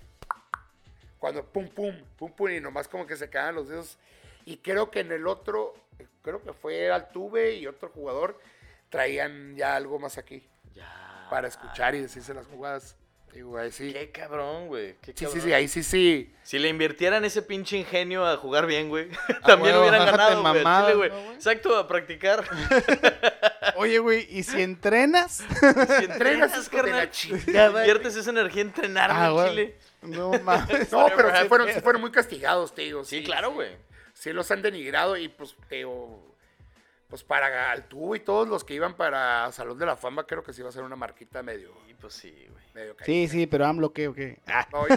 cuando pum pum, pum pum y nomás como que se caen los dedos. Y creo que en el otro, creo que fue Altuve y otro jugador traían ya algo más aquí
Ya.
para escuchar y decirse las jugadas. Digo, ahí sí.
Ah. Qué cabrón, güey. qué
Sí, sí,
cabrón.
sí, ahí sí, sí.
Si le invirtieran ese pinche ingenio a jugar bien, güey, también
huevo,
hubieran
bájate
ganado, güey. al
mamadas,
chile, güey.
¿no, güey?
Exacto, a practicar.
Oye, güey, ¿y si entrenas?
Si
Entrenas,
entrenas,
hijo de la
carnal,
chingada, güey.
inviertes esa energía en entrenar,
Ah,
güey,
güey.
chile.
No mames.
No, pero sí fueron, sí fueron muy castigados, te digo.
Sí, claro, güey.
sí los han denigrado y pues te digo, pues para Galtú y todos los que iban para Salón de la Fama, creo que sí iba a ser una marquita medio,
Y pues sí, güey.
medio caída.
Sí, sí, pero AMLO, ¿qué o qué? Ah,
No, y-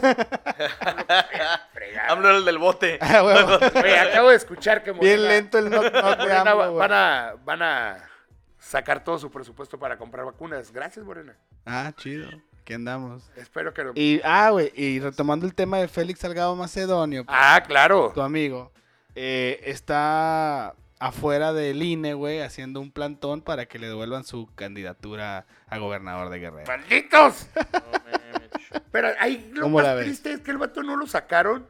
fregada.
AMLO era el del bote.
ah, huevo.
Oye, acabo de escuchar que
Bien
Morena-
lento el knock knock de
Morena va-
AMLO, güey.
van a, van a sacar todo su presupuesto para comprar vacunas. Gracias, Morena.
Ah, chido. Aquí andamos.
Espero que lo...
Y, ah, güey, y retomando el tema de Félix Salgado Macedonio, pues,
Ah, claro.
tu amigo, eh, está afuera del INE, güey, haciendo un plantón para que le devuelvan su candidatura a gobernador de Guerrero.
¡Malditos!
No mames.
Pero ahí lo
¿Cómo la
más
ves?
triste es que el vato no lo sacaron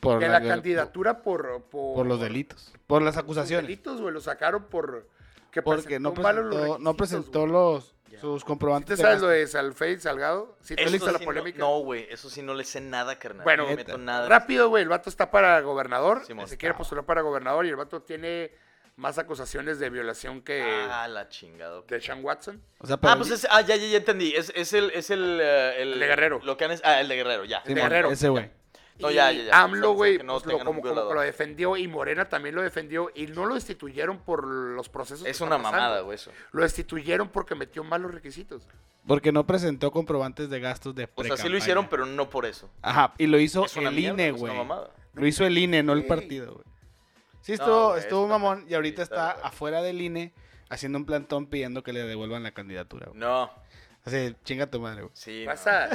Por
de la
por-
candidatura por... Por,
Por los delitos. Por las acusaciones.
delitos, güey, lo sacaron por que
Porque no
presentó malos
presentó, no
requisitos,
presentó
güey.
los,
Ya.
sus
¿Sí te
comprobantes. de
sabes lo
gasto.
de Sal- Félix Salgado? ¿Sí te
Eso
viste la
sí no-
polémica?
No, güey, eso sí no le sé nada, carnal.
Bueno,
no me meto en nada.
Rápido, güey, el vato está para gobernador,
Simón.
se quiere postular para gobernador y el vato tiene más acusaciones de violación que
Ah, la chingada. ok.
de Sean Watson.
O sea, pero
Ah, pues es, ah, ya, ya, ya entendí. Es, es el, es el, eh,
El de Guerrero.
Lo que han, ah, el de Guerrero, ya.
Simón,
de Guerrero.
ese güey.
No,
Y
ya, ya, ya.
AMLO,
Estamos
güey,
en que no
pues, lo-
tengan un
como, como que
violador.
lo defendió y Morena también lo defendió y no lo destituyeron por los procesos.
Es
que
una
está pasando.
mamada, güey, eso.
Lo destituyeron porque metió malos requisitos.
Porque no presentó comprobantes de gastos de
O sea, sí lo
precampaña.
hicieron, pero no por eso.
Ajá, y lo hizo
Es una
el
mierda,
INE,
es una
güey.
mamada.
Lo hizo el INE, no el
Sí.
partido, güey. Sí,
No,
estuvo,
güey,
estuvo
está-
mamón y ahorita
sí, está
está
de acuerdo.
afuera del INE haciendo un plantón pidiendo que le devuelvan la candidatura, güey.
No,
Así, chinga tu madre, güey.
sí. no.
Pasa.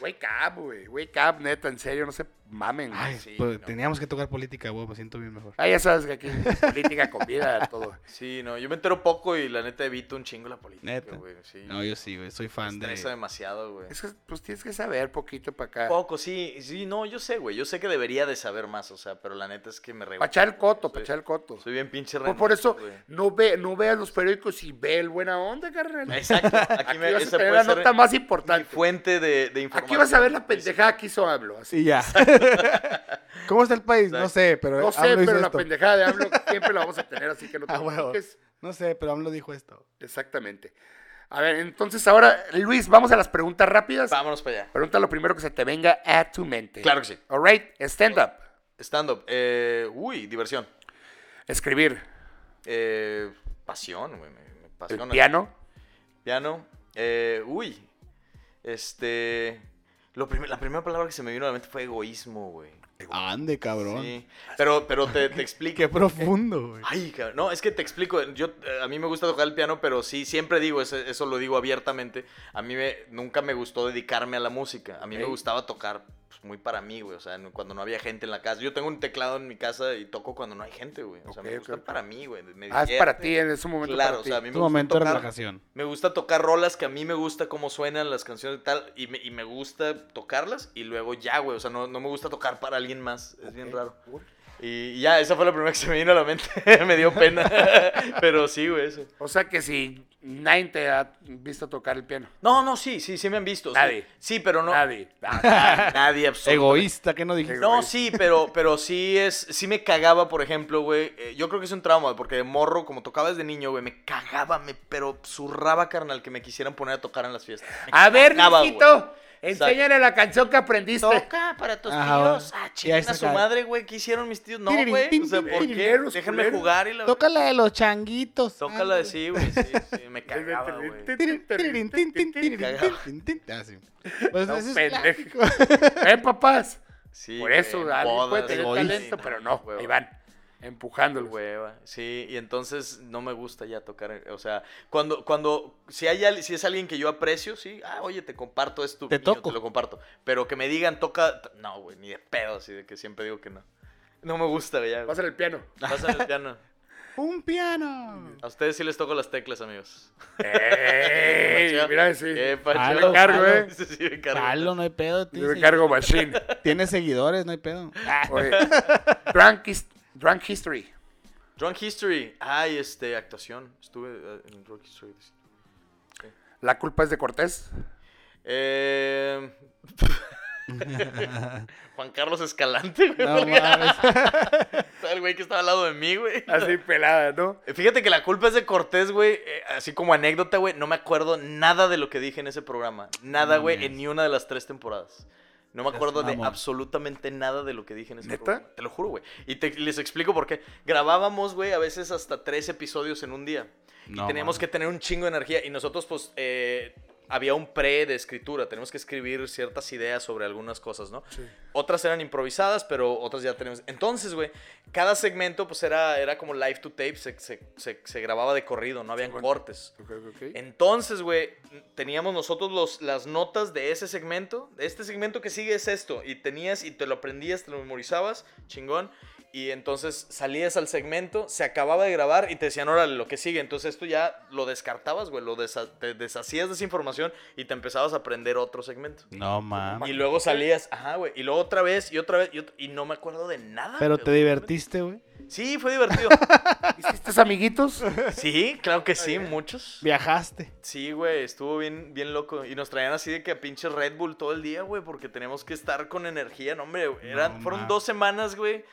Wake up, güey. Wake up, neta, en serio, no se mamen. güey.
Ay,
sí,
pues,
no.
teníamos que tocar política, güey, me siento bien mejor.
Ah, ya sabes que aquí política con vida, todo.
Sí, no, yo me entero poco y la neta evito un chingo la política,
Neta.
güey. Sí.
No, yo sí, güey, soy
me
fan de...
estresa demasiado, güey.
Es que, pues tienes que saber poquito para acá.
Poco, sí, sí, no, yo sé, güey. Yo sé que debería de saber más, o sea, pero la neta es que me rego.
Para echar el coto,
Soy-
para echar el coto.
Soy bien pinche
Por,
renuente,
por eso,
güey.
no, ve, no veas los periódicos y ve el buena onda, carnal.
Exacto. Aquí,
Aquí
me,
vas
esa
a tener
puede
la
ser
nota más
mi
importante.
fuente de, de información.
Aquí vas a ver la pendejada que hizo AMLO. así.
Y ya. ¿Cómo está el país? No sé, pero
No sé,
AMLO hizo
pero la
esto.
pendejada de AMLO siempre la vamos a tener, así que no te
Ah, huevo.
preocupes.
No sé, pero AMLO dijo esto.
Exactamente. A ver, entonces ahora, Luis, vamos a las preguntas rápidas.
Vámonos para allá.
Pregunta lo primero que se te venga a tu mente.
Claro que sí.
All right, stand up.
Stand up. Eh, uy, diversión.
Escribir.
Eh, pasión, güey. Me, me
El
apasiona.
piano.
Piano. Eh, uy. Este. Lo prim- la primera palabra que se me vino a la mente fue egoísmo, güey.
Ande, cabrón.
Sí. Pero, pero te, te explico.
Qué profundo, güey.
Ay, cabrón. No, es que te explico. Yo, eh, a mí me gusta tocar el piano, pero sí, siempre digo, eso, eso lo digo abiertamente. A mí me- nunca me gustó dedicarme a la música. A mí me
Ok.
gustaba tocar pues, muy para mí, güey. O sea, no- cuando no había gente en la casa. Yo tengo un teclado en mi casa y toco cuando no hay gente, güey. O sea,
Ok,
me
ok,
gusta
ok.
para mí, güey. Me
Ah, es
divierte.
para ti, en ese momento.
Claro,
para
o
ti.
sea, a mí me
Tu
gusta
momento de
tocar-
relajación.
me gusta tocar rolas que a mí me gusta cómo suenan las canciones y tal, y me, y me gusta tocarlas, y luego ya, güey, o sea, no, no me gusta tocar para alguien más, es bien raro. Y ya, esa fue la primera que se me vino a la mente, me dio pena, pero sí, güey, eso.
O sea que si nadie te ha visto tocar el piano.
No, no, sí, sí, sí me han visto. o sea,
Nadie.
Sí, pero no.
Nadie.
Ah, Nadie, absolutamente.
Egoísta, ¿qué no dijiste?
No,
güey.
sí, pero, pero sí es. Sí me cagaba, por ejemplo, güey. eh, yo creo que es un trauma, porque de morro, como tocaba desde niño, güey, me cagaba, me, pero zurraba, carnal, que me quisieran poner a tocar en las fiestas. Me
A ver,
cagaba, güey.
Luisito, enséñale la canción que aprendiste.
Toca para tus
Ajá,
tíos.
va.
Ah,
Ya
chinga
está
su
acá.
madre, güey. ¿Qué hicieron mis tíos? No,
Tiririn,
güey. O sea,
tin,
¿por
este tin,
qué?
culeros,
Déjenme
culeros.
jugar y la.
Toca la de los changuitos.
Tócala de sí, güey. Sí, sí, me cagaba, güey.
Pues
No,
ese es
pendejo.
clásico.
¿Eh, papás?
Sí,
Por eso,
güey,
alguien puede
bodas,
tener
güey.
talento,
Sí,
pero no,
güey,
ahí van, empujando el güey.
Hueva, sí, y entonces no me gusta ya tocar, o sea, cuando, cuando, si hay, al- si es alguien que yo aprecio, sí, ah, oye, te comparto esto,
Te
niño,
toco.
te lo comparto, pero que me digan, toca, t- no, güey, ni de pedo, así de que siempre digo que no, no me gusta, güey, ya, güey.
Pásale el piano.
Pásale el piano,
Un piano.
a ustedes sí les toco las teclas, amigos.
¡Ey!
Pacheco.
Mira, sí.
Eh,
Yo
Pacheco.
Jalo,
me cargo,
jalo.
¿eh?
Sí, sí, me cargo.
Palo, no hay pedo.
Yo me
Tienes,
cargo machine.
tienes seguidores, no hay pedo.
Oye, drunk, his- drunk History.
Drunk History. Ay, este, actuación. Estuve eh, en Drunk History.
La culpa es de Cortés.
Eh, Juan Carlos Escalante, güey.
No
porque-
mames.
el güey que estaba al lado de mí, güey.
Así pelada, ¿no?
Eh, Fíjate que la culpa es de Cortés, güey. Eh, así como anécdota, güey. No me acuerdo nada de lo que dije en ese programa. Nada,
No
güey,
mames.
en ni una de las tres temporadas. No me
Seas
acuerdo de
mamón.
absolutamente nada de lo que dije en ese
¿Neta?
programa. Te lo juro, güey. Y te- les explico por qué. Grabábamos, güey, a veces hasta tres episodios en un día.
No,
Teníamos que
mames.
tener un chingo de energía. Y nosotros, pues, eh, había un pre de escritura. Tenemos que escribir ciertas ideas sobre algunas cosas, ¿no? Otras eran improvisadas, pero otras ya tenemos. Entonces, güey, cada segmento, pues, era, era como live to tape. Se, se- se- se grababa de corrido, no habían
Sí, bueno.
cortes.
Ok, ok, ok.
Entonces, güey, teníamos nosotros los, las notas de ese segmento. De este segmento que sigue es esto. Y tenías y te lo aprendías, te lo memorizabas, chingón. Y entonces salías al segmento, se acababa de grabar y te decían, órale, lo que sigue. Entonces esto ya lo descartabas, güey. Lo desa- te deshacías de esa información y te empezabas a aprender otro segmento.
No mames.
Y luego salías, ajá, güey. Y luego otra vez y otra vez. Y, ot- y no me acuerdo de nada.
Pero
güey,
te divertiste, güey.
Sí, fue divertido.
¿Hiciste amiguitos?
sí, claro que sí, muchos.
Viajaste.
Sí, güey, estuvo bien, bien loco. Y nos traían así de que a pinche Red Bull todo el día, güey, porque teníamos que estar con energía, no, hombre. güey. Eran,
No
fueron
mames.
dos semanas, güey.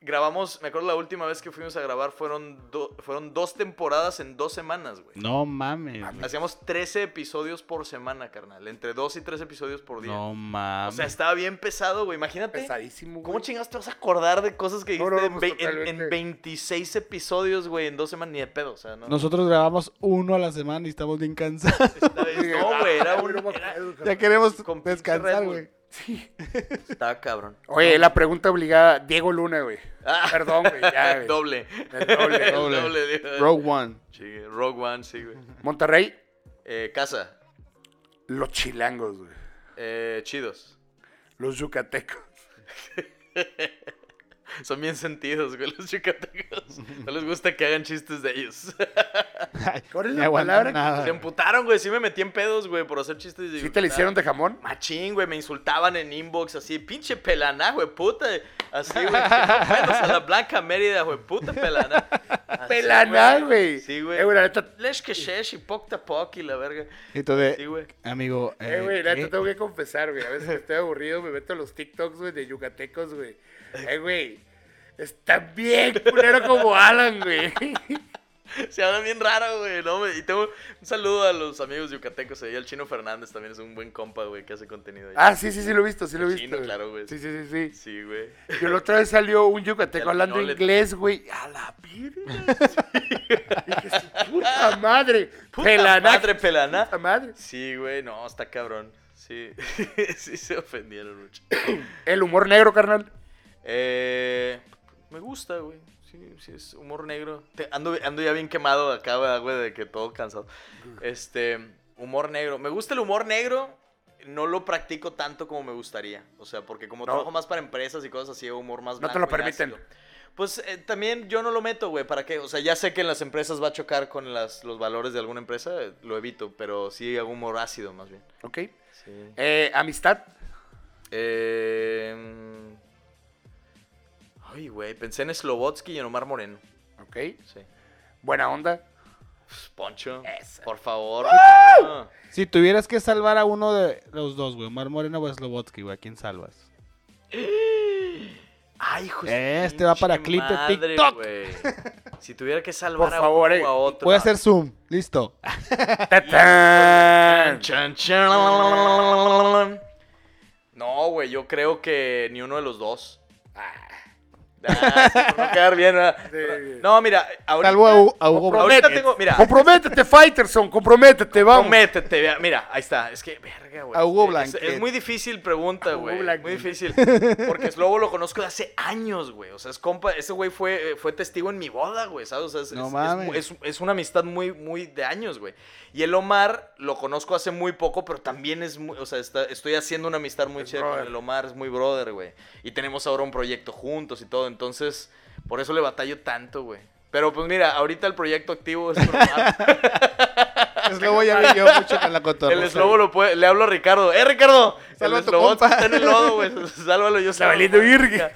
Grabamos, me acuerdo la última vez que fuimos a grabar, fueron, do- fueron dos temporadas en dos semanas, güey.
No mames. güey.
Hacíamos 13 episodios por semana, carnal. Entre dos y tres episodios por día.
No
o sea,
mames.
estaba bien pesado, güey. Imagínate.
Pesadísimo,
¿Cómo
güey.
chingados te vas a acordar de cosas que
No,
dijiste
no, no, pues,
en ve- en, en
totalmente.
26 episodios, güey, en dos semanas? Ni de pedo, o sea, no.
Nosotros grabamos uno a la semana y estamos bien cansados.
Esta vez- no, güey, era un...
no me
era-
acuerdo,
ya
carnal.
queremos
Con pinche Red
descansar,
Bull.
güey.
Estaba cabrón.
Oye, la pregunta obligada. Diego Luna, güey.
Ah.
Perdón, güey. ya, güey.
Doble.
El doble,
El
doble.
doble. digo.
Rogue One.
Sí, Rogue One, sí, güey.
Monterrey,
Eh, casa.
los chilangos, güey.
Eh, chidos.
Los yucatecos.
Son bien sentidos, güey, los yucatecos. No les gusta que hagan chistes de ellos.
¿Cuál es
Ni
la palabra?
aguantaron nada.
Se emputaron, güey. Sí me metí en pedos, güey, por hacer chistes de
¿Sí te le hicieron de jamón?
Machín, güey, me insultaban en inbox así, pinche pelaná, güey, puta. Así, güey, menos a la Blanca Mérida, güey, puta pelaná. Así,
Pelaná, güey.
Sí, Ah, güey.
Eh, güey, la neta,
Lesh que shesh y poc ta poc y la verga.
Entonces,
Sí, güey.
amigo.
eh, güey, la
¿qué?
neta, tengo que confesar, güey. A veces que estoy aburrido, me meto a los TikToks, güey, de yucatecos, güey. Eh, güey. Está bien culero como Alan, güey.
Se hablan bien raro, güey, ¿no? Y tengo un saludo a los amigos yucatecos ahí. El Chino Fernández también es un buen compa, güey, que hace contenido ahí.
Ah, sí, sí, sí lo he visto, sí lo he
El
visto.
chino, claro, güey.
Sí, sí, sí, sí.
Sí, güey.
Yo la otra vez salió un yucateco
El
hablando
Piñoles.
inglés, güey. A la verga. Dije, "Su puta madre.
Puta
Pelana,
madre, pelana.
Puta madre.
Sí, güey, no, está cabrón. Sí, sí se ofendieron mucho.
El humor negro, carnal.
Eh, me gusta, güey. Sí, sí, es humor negro. Te- ando, ando ya bien quemado acá, ¿verdad, güey, de que todo cansado. Este, humor negro. Me gusta el humor negro. No lo practico tanto como me gustaría. O sea, porque como
No.
trabajo más para empresas y cosas así, humor más
No te
blanco
lo
y
permiten.
ácido. Pues eh, también yo no lo meto, güey. ¿Para qué? O sea, ya sé que en las empresas va a chocar con las, los valores de alguna empresa. eh, Lo evito, pero sí hago humor ácido más bien.
Ok.
Sí.
Eh, amistad.
Eh, ay, güey, pensé en Slobotsky y en Omar Moreno.
Ok.
Sí.
Buena onda.
Pues, Poncho,
Eso.
por favor. Poncho.
Si tuvieras que salvar a uno de los dos, güey, Omar Moreno o Slobotsky, güey, ¿a quién salvas?
Ay, hijo de
Este
pinche
va para clip de
madre,
TikTok.
güey. Si tuviera que salvar
Por
a
favor,
uno
eh.
o a otro.
Voy a hacer zoom. Listo.
¡Tatán!
Chan, chan. No, güey, yo creo que ni uno de los dos. Ah, sí, por no quedar bien. ¿verdad?
Sí.
No, mira, ahorita,
Salvo a, Hu- a Hugo.
Compro-
ahorita
Prométete.
tengo, mira,
Comprométete, Fighterson. Comprométete, vamos.
Prométete, vea, mira, ahí está. Es que, verga, güey.
A Hugo
Es- Es,
Blanquet.
muy difícil pregunta,
Hugo
güey.
Blanquet.
Muy difícil. Porque Slobo lo conozco de hace años, güey. O sea, es compa. Ese güey fue, eh, fue testigo en mi boda, güey, ¿sabes? O sea, es,
No
es-
mames.
es- es- es una amistad muy, muy de años, güey. Y el Omar lo conozco hace muy poco, pero también es muy. O sea, está- estoy haciendo una amistad muy
Es
chida con
brother.
el Omar. Es muy brother, güey. Y tenemos ahora un proyecto juntos y todo. Entonces, por eso le batallo tanto, güey. Pero pues mira, ahorita el proyecto activo es normal.
Es lobo ya vivió mucho con la cotorra.
El eslobo lo puede. Le hablo a Ricardo. ¡Eh, Ricardo!
Salva a
el
tu
eslobo
compa.
está en el lodo, güey. Sálvalo yo.
La valiente virgen.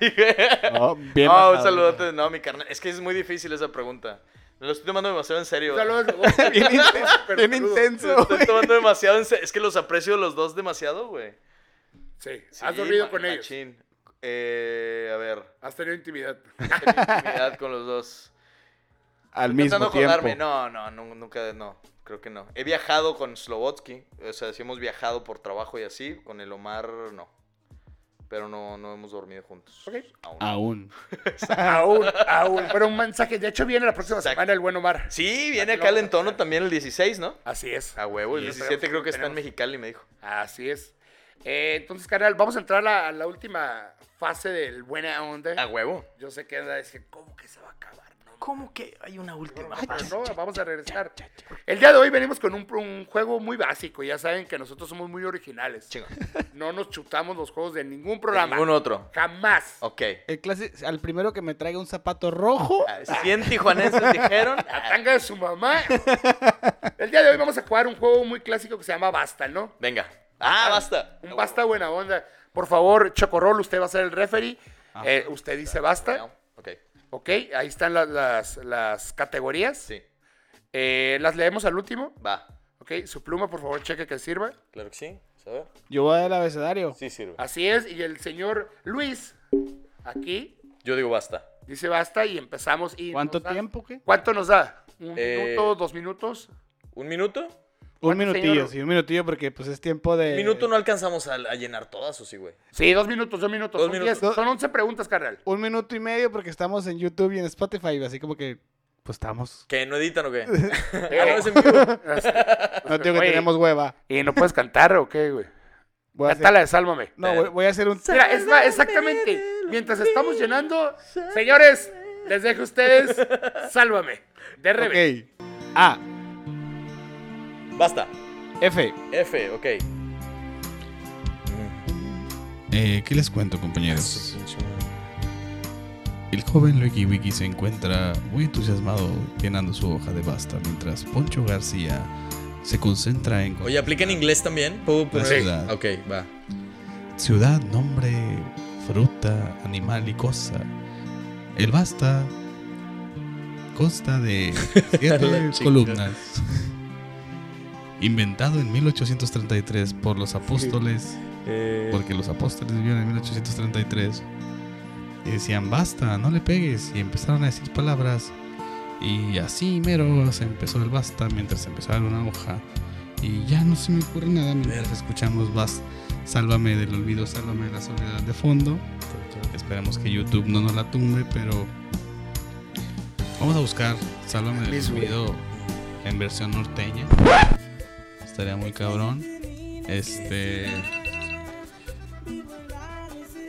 Sí, güey.
No, bien
Ah, un
bajado.
saludote. No, mi carnal. Es que es muy difícil esa pregunta. Me lo estoy tomando demasiado en serio.
Saludos.
Bien, inten-
Pero
bien
saludos.
intenso.
Lo estoy
güey.
tomando demasiado en serio. Es que los aprecio los dos demasiado, güey.
Sí,
Sí,
has dormido
ma-
con ellos.
machín. Eh, a ver.
Has tenido intimidad.
tengo intimidad con los dos.
Al
Intentando
mismo tiempo.
acordarme. No, no, nu- nunca, no. Creo que no. He viajado con Slovotsky. O sea, sí hemos viajado por trabajo y así. Con el Omar, no. Pero no, no hemos dormido juntos.
Ok.
Aún.
Aún.
aún, aún. Pero un mensaje. De hecho, viene la próxima
Exacto.
semana el buen Omar.
Ah, Sí, viene acá el entono también el 16, ¿no?
Así es.
A huevo, el
Sí,
17
tenemos-
creo que está en
tenemos-
Mexicali, me dijo.
Así es. Eh, entonces, carnal, vamos a entrar a la, a la última fase del buena onda.
A huevo.
Yo sé que anda a decir, ¿cómo que se va a acabar? No,
¿Cómo que hay una última?
Pero no, vamos a regresar. El día de hoy venimos con un, un juego muy básico. Ya saben que nosotros somos muy originales.
Chingo.
No nos chutamos los juegos de ningún programa.
Ningún otro.
Jamás.
Ok.
El clase, al primero que me traiga un zapato rojo.
Ah, 100 tijuanenses dijeron.
La tanga de su mamá. El día de hoy vamos a jugar un juego muy clásico que se llama Basta, ¿no?
Venga. Ah, basta.
Un basta buena onda. Por favor, Chocorrol, usted va a ser el referee.
Ah.
Eh, usted dice basta.
Ok.
Ok, ahí están las, las- las categorías.
Sí.
Eh, las leemos al último.
Va.
Ok, su pluma, por favor, cheque que sirva.
Claro que sí. ¿Sabes?
Yo voy a dar el abecedario.
Sí sirve.
Así es, y el señor Luis, aquí,
Yo digo basta.
dice basta y empezamos. Y
¿Cuánto
nos da-
tiempo qué?
¿Cuánto nos da? ¿Un
Eh,
minuto, dos minutos?
¿Un minuto?
Un
¿Cuánto,
minutillo,
señor?
sí, un minutillo porque pues es tiempo de.
Un minuto no alcanzamos a, a llenar todas, ¿o sí, güey?
Sí, dos minutos, dos minutos. son
Dos minutos.
diez, son once preguntas, carnal.
Un minuto y medio porque estamos en YouTube y en Spotify, así como que pues estamos.
¿Que no editan o qué?
Eh,
Ah, no, es en vivo.
No tengo que
Oye,
tenemos hueva.
¿Y no puedes cantar o qué, güey?
Voy a hacer-
Canta la de Sálvame.
No, voy, voy a hacer un.
Mira, es más, exactamente. Mientras estamos llenando, señores, les dejo a ustedes Sálvame. De revés.
Ok. A.
Basta.
F.
F, ok.
Eh, ¿Qué les cuento, compañeros? El joven Luigi Wiki se encuentra muy entusiasmado llenando su hoja de basta, mientras Poncho García se concentra en
Oye, ¿aplica en inglés también? ¿Puedo
la
poner?
ciudad.
Ok, va.
Ciudad, nombre, fruta, animal y cosa. El basta consta de siete columnas. Inventado en 1833 por los apóstoles porque los apóstoles vivieron en 1833 y decían basta, no le pegues y empezaron a decir palabras y así mero se empezó el basta mientras empezaba una hoja y ya no se me ocurre nada mientras escuchamos basta, sálvame del olvido, sálvame de la soledad de fondo esperemos que YouTube no nos la tumbe pero vamos a buscar sálvame del olvido en versión norteña estaría muy cabrón este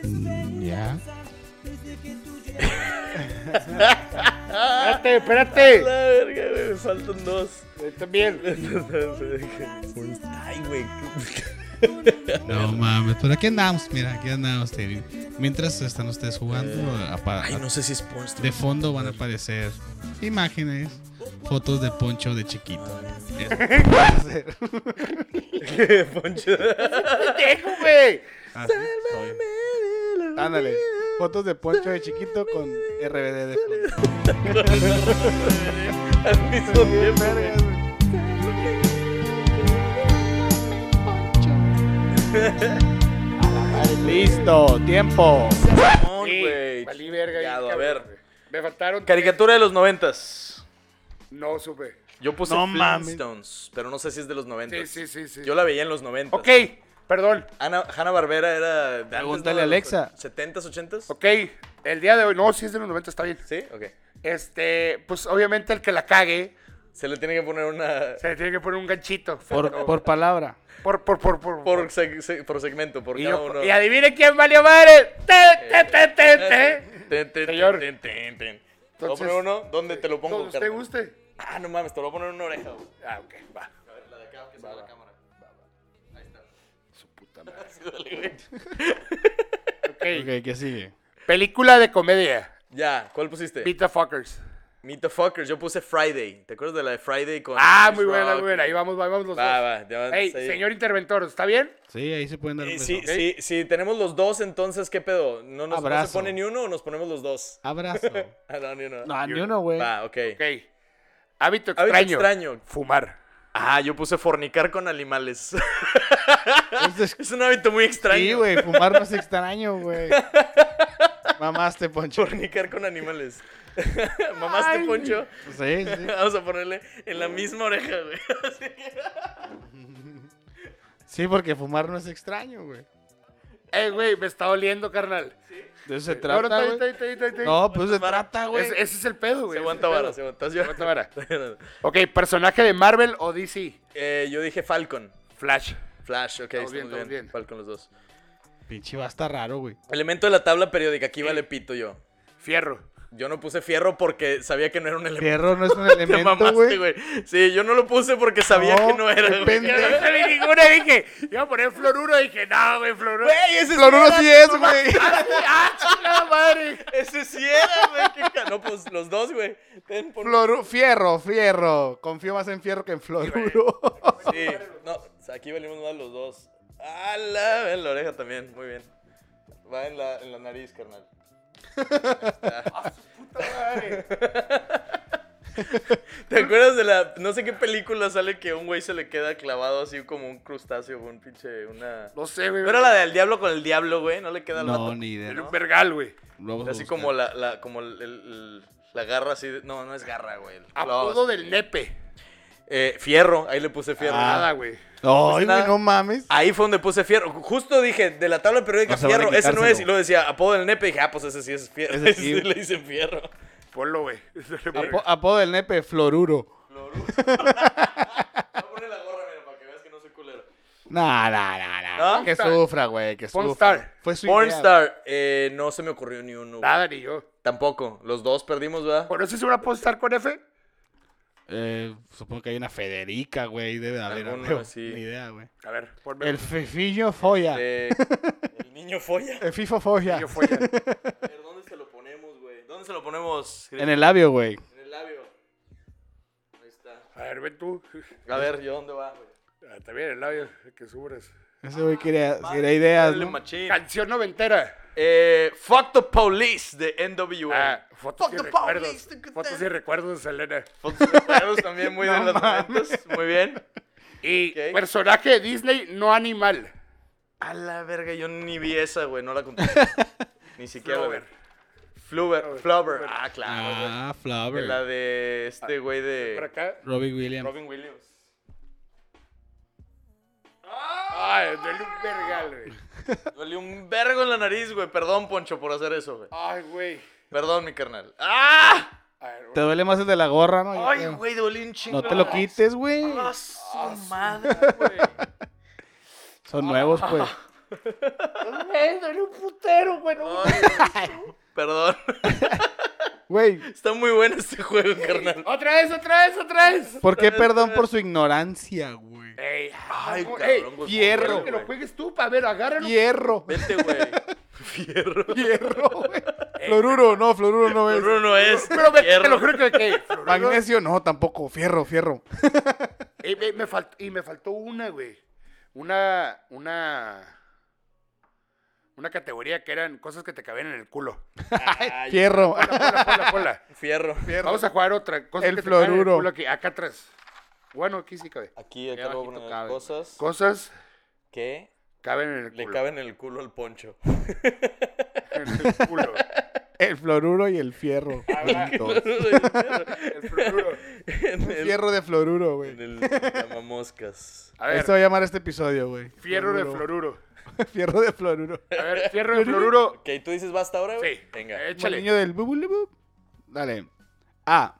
Mm, Ya.
Espérate, espérate.
La verga, güey, me faltan dos.
Yo También.
Ay, güey.
No mames, pero aquí andamos, mira, aquí andamos, Terry. Mientras están ustedes jugando, apa-
Eh, Ay, no sé si es Pornstar.
de fondo van a aparecer imágenes, fotos de Poncho de chiquito. Es-
Poncho.
Dejo, güey.
así soy.
Ándale. Fotos de Poncho de chiquito con RBD de fondo.
Al mismo tiempo.
Vergas, güey. Listo, tiempo.
Simón,
Sí,
güey.
valí verga bien,
Chingado, A
cabrón,
ver.
güey. Me faltaron.
Caricatura de los noventas.
No supe.
Yo puse
No mames.
Flintstones, pero no sé si es de los
Sí,
noventas.
sí, sí, sí.
Yo la veía en los noventas.
Ok, perdón.
Ana, Hanna Barbera era. de antes,
Pregúntale
¿no?
a
De los
Alexa.
70s, 80s.
Ok, el día de hoy. No, sí es de los 90, está bien.
Sí, ok.
Este, pues obviamente el que la cague
Se le tiene que poner una.
se le tiene que poner un ganchito.
Por, por palabra.
por, por, por. por-
Por, seg- se- por segmento, por
y,
cada
yo-
uno.
y adivine quién valió madre. Te, te, te, te, te.
Ten, ten,
Señor.
ten, ten, ten. Te voy a
Entonces-
poner uno donde te lo pongo.
Como usted
carnal.
guste.
Ah, no mames, te lo voy a poner en una oreja. güey.
Ah, ok, va. Ok.
Ok, ¿qué sigue?
Película de comedia.
Ya, ¿cuál pusiste?
Pita Fuckers.
Meet the Fuckers, yo puse Friday. ¿Te acuerdas de la de Friday con.
Ah,
Chris
muy buena,
Rock?
muy buena. Ahí vamos, ahí vamos los
Va,
dos.
va, te vas
Ey,
ahí.
señor pues, interventor, ¿está bien?
Sí, ahí se pueden dar un
Eh,
beso.
sí, sí, sí, tenemos los dos, entonces, ¿qué pedo? ¿No, nos, no se
Abrazo.
pone ni uno o nos ponemos los dos?
Abrazo.
Ah, no, ni uno.
No, ni uno, güey.
Va, ok.
Ok. Hábito
Hábito
extraño.
extraño.
Fumar.
Ah, yo puse fornicar con animales.
Es des-
es un hábito muy extraño.
Sí, güey, fumar no es extraño, güey. Mamaste, Poncho.
Fornicar con animales. Mamaste, Poncho.
Pues Sí, sí.
Vamos a ponerle en la misma oreja, güey.
Sí, porque fumar no es extraño, güey.
Ey, Eh, güey, me está oliendo, carnal.
De eso se
No, no,
trata,
está
güey.
bien, está bien, está bien, está bien.
No, pues se trata, güey.
Es- ese es el pedo,
se
güey.
aguanta
ese es el
vara, se aguanta. Estás llorando.
aguanta Ok, personaje de Marvel o DC.
Eh, yo dije Falcon.
Flash.
Flash, ok,
Estamos
estamos
bien,
bien,
estamos bien.
Falcon los dos.
Pinche va a estar raro, güey.
Elemento de la tabla periódica, aquí vale pito yo.
Fierro.
Yo no puse fierro porque sabía que no era un elemento.
Fierro no es un
Te
elemento,
mamaste,
güey.
güey. Sí, yo no lo puse porque sabía
No,
que no era,
qué
güey.
Yo no
pendejo.
sabía ninguna, dije. Iba a poner fluoruro, dije, no, güey, fluoruro.
Güey, ese
Lo no
era,
sí
tu
es,
mamá.
güey.
¡Ah, chingada madre!
Ese sí era, güey. qué ca- No, pues los dos, güey. Ten, pon-
Floru- fierro, fierro. Confío más en fierro que en floruro.
Sí, no, o sea, aquí valimos más los dos. Ah, la, en la oreja también, muy bien. Va en la, en la nariz, carnal. ¿Te acuerdas de la, no sé qué película sale que un güey se le queda clavado así como un crustáceo, un pinche, una...
No sé, güey.
No era la del diablo con el diablo, güey, no le queda al vato?
No, ni idea.
Era un vergal, güey.
Vamos a
Así
buscar.
como la, la, como el- el- la garra así, de- no, no es garra, güey. el
Apodo
claw.
del nepe.
Eh, fierro, ahí le puse fierro.
Ah.
Nada, güey.
Ay, güey,
nada.
no Ah, mames.
Ahí fue donde puse fierro. Justo dije, de la tabla periódica,
O sea, van a
fierro, ese no es.
quitárselo.
Y luego decía, apodo del nepe. Y dije, ah, pues ese sí es fierro.
Ese
Ese
sí,
sí,
güey.
le dicen fierro.
Ponlo, güey.
Apo- apodo del nepe, floruro.
Voy a poner la gorra, mira, para que veas que no soy culero.
Nah, nah, nah, nah.
¿No?
Que sufra, güey, que sufra.
Pornstar.
Fue su idea.
Pornstar, eh, no se me ocurrió ni uno. güey.
Ah.
Nada, ni yo.
Tampoco. Los dos perdimos, ¿verdad?
¿Conoces una postar con F?
Eh, supongo que hay una Federica, güey, debe de haber.
Alguna,
güey.
sí.
Ni idea, güey.
A ver, ponme.
El fifillo folla.
Eh, el niño folla.
El fifo folla.
Yo fui a-
A ver, ¿dónde se lo ponemos, güey? ¿Dónde se lo ponemos? Chris?
En el labio, güey.
En el labio. Ahí está.
A ver, ven tú.
A ver, ¿yo dónde va, güey?
Ah, También el labio, que subes.
Ese güey quería, quería ideas,
Dale,
¿no?
machín.
Canción noventera.
Eh, fuck the police de NWA.
Ah, fotos y recuerdos. Fotos y recuerdos, Elena.
Fotos de perros pues, también muy de los momentos. Muy bien.
Y
Ok.
personaje de Disney no animal.
A la verga, yo ni vi esa, güey. No la conté. Ni siquiera la vi.
Flower.
Flubber. Flubber. Ah, claro, güey.
Ah,
De la
Flower.
de este güey
Por
de
acá.
Robbie Williams.
Robin Williams.
Ah, de Luke Vergal, güey.
Duele un vergo en la nariz, güey. Perdón, Poncho, por hacer eso, güey.
Ay, güey.
Perdón, mi carnal. ¡Ah!
A ver, güey.
Te duele más el de la gorra, ¿no? Yo
Ay,
creo.
güey, duele un chingo.
No te lo quites, güey.
¡Ah, su madre, güey!
Son nuevos, pues.
Güey, duele un putero, güey. no
Ay, güey. Perdón.
Güey,
Está muy bueno este juego, carnal.
Otra vez, otra vez, otra vez.
¿por qué perdón por su ignorancia, güey?
Ey,
Ay,
no, ey,
cabrón, güey.
fierro.
quiero que lo juegues tú, para ver, agárralo.
Hierro,
Vete, güey. Fierro. Pues,
hierro, güey.
Eh,
Floruro, no, floruro no es.
Fierro no es.
Pero me, te
Fierro.
lo juro que que-
Magnesio, no, tampoco. Fierro, fierro.
Y me, me faltó, y me faltó una, güey. Una, una, una categoría que eran cosas que te cabían en el culo.
Ay,
Fierro.
Ponla, ponla, ponla, ponla.
Fierro.
Vamos a jugar otra. Cosas
El
que te caben en
fluoruro.
culo aquí, acá atrás. Bueno, aquí sí cabe.
Aquí, acá
Qué
lo voy a
bajito
poner
cabe.
cosas
Cosas
que
caben en el
le
culo.
caben en el culo al poncho.
En el culo.
El floruro y el fierro.
Ah,
juntos.
El fluoruro.
en el,
Fierro de floruro,
en
güey.
el llamamoscas.
A ver,
Esto va a llamar este episodio, güey.
fierro de floruro.
Fierro de floruro.
A ver, fierro de floruro.
Ok, ¿tú dices basta ahora, güey?
Sí.
Venga.
Como el
Échale.
niño del bubu, bubu. Dale. A.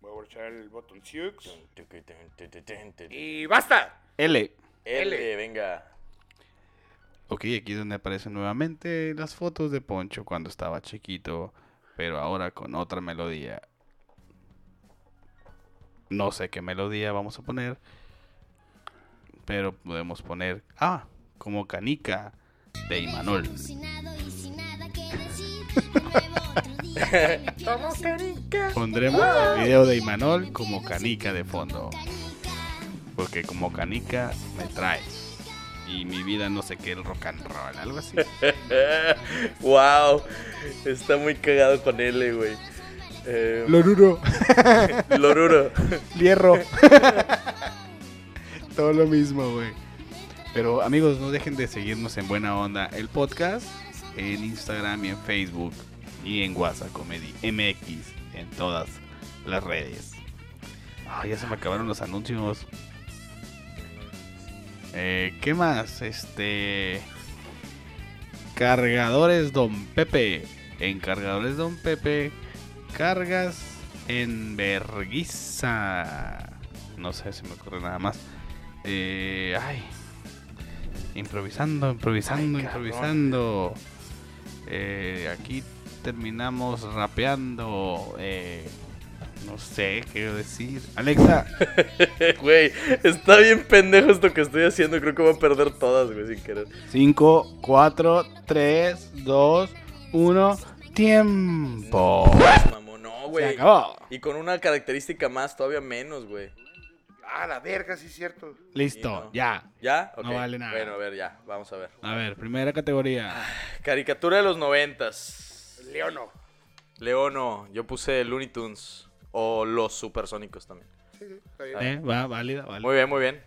Voy a borchar el botón six. Y basta.
L.
L, venga.
Ok, aquí es donde aparecen nuevamente las fotos de Poncho cuando estaba chiquito, pero ahora con otra melodía. No sé qué melodía vamos a poner, pero podemos poner, ah, como canica de Imanol.
Ilusionado y sin nada que decir, de nuevo
Somos canica.
Pondremos el video de Imanol como canica de fondo. Porque como canica me traes. Y mi vida no sé qué, el rock and roll, algo así.
wow. Está muy cagado con L, güey. Eh,
Loruro,
Loruro.
hierro. Todo lo mismo, güey.
Pero amigos, no dejen de seguirnos en Buena Onda el podcast, en Instagram y en Facebook y en WhatsApp Comedy MX en todas las redes. Ah, ya se me acabaron los anuncios. Eh, ¿Qué más? Este cargadores Don Pepe. En cargadores Don Pepe cargas en verguiza. No sé si me ocurre nada más. Eh, ay, Improvisando, improvisando,
Ay, cabrón.
improvisando. Eh, aquí terminamos rapeando. eh, no sé qué decir. Alexa,
Güey, está bien pendejo esto que estoy haciendo. Creo que voy a perder todas, güey, sin querer.
5, 4, 3, 2, 1.
tiempo.
Pues, Mamón, no,
Se
güey.
acabó.
Y con una característica más, todavía menos, güey.
Ah, la verga, sí es cierto.
Listo,
Sí, no.
ya.
¿Ya? Ok.
No vale nada.
Bueno, a ver, ya. Vamos a ver.
A ver, primera categoría.
Caricatura de los noventas.
Leono.
Leono, yo puse Looney Tunes. O los supersónicos también.
Está bien.
Eh, va, válida, válida.
Muy bien, muy bien.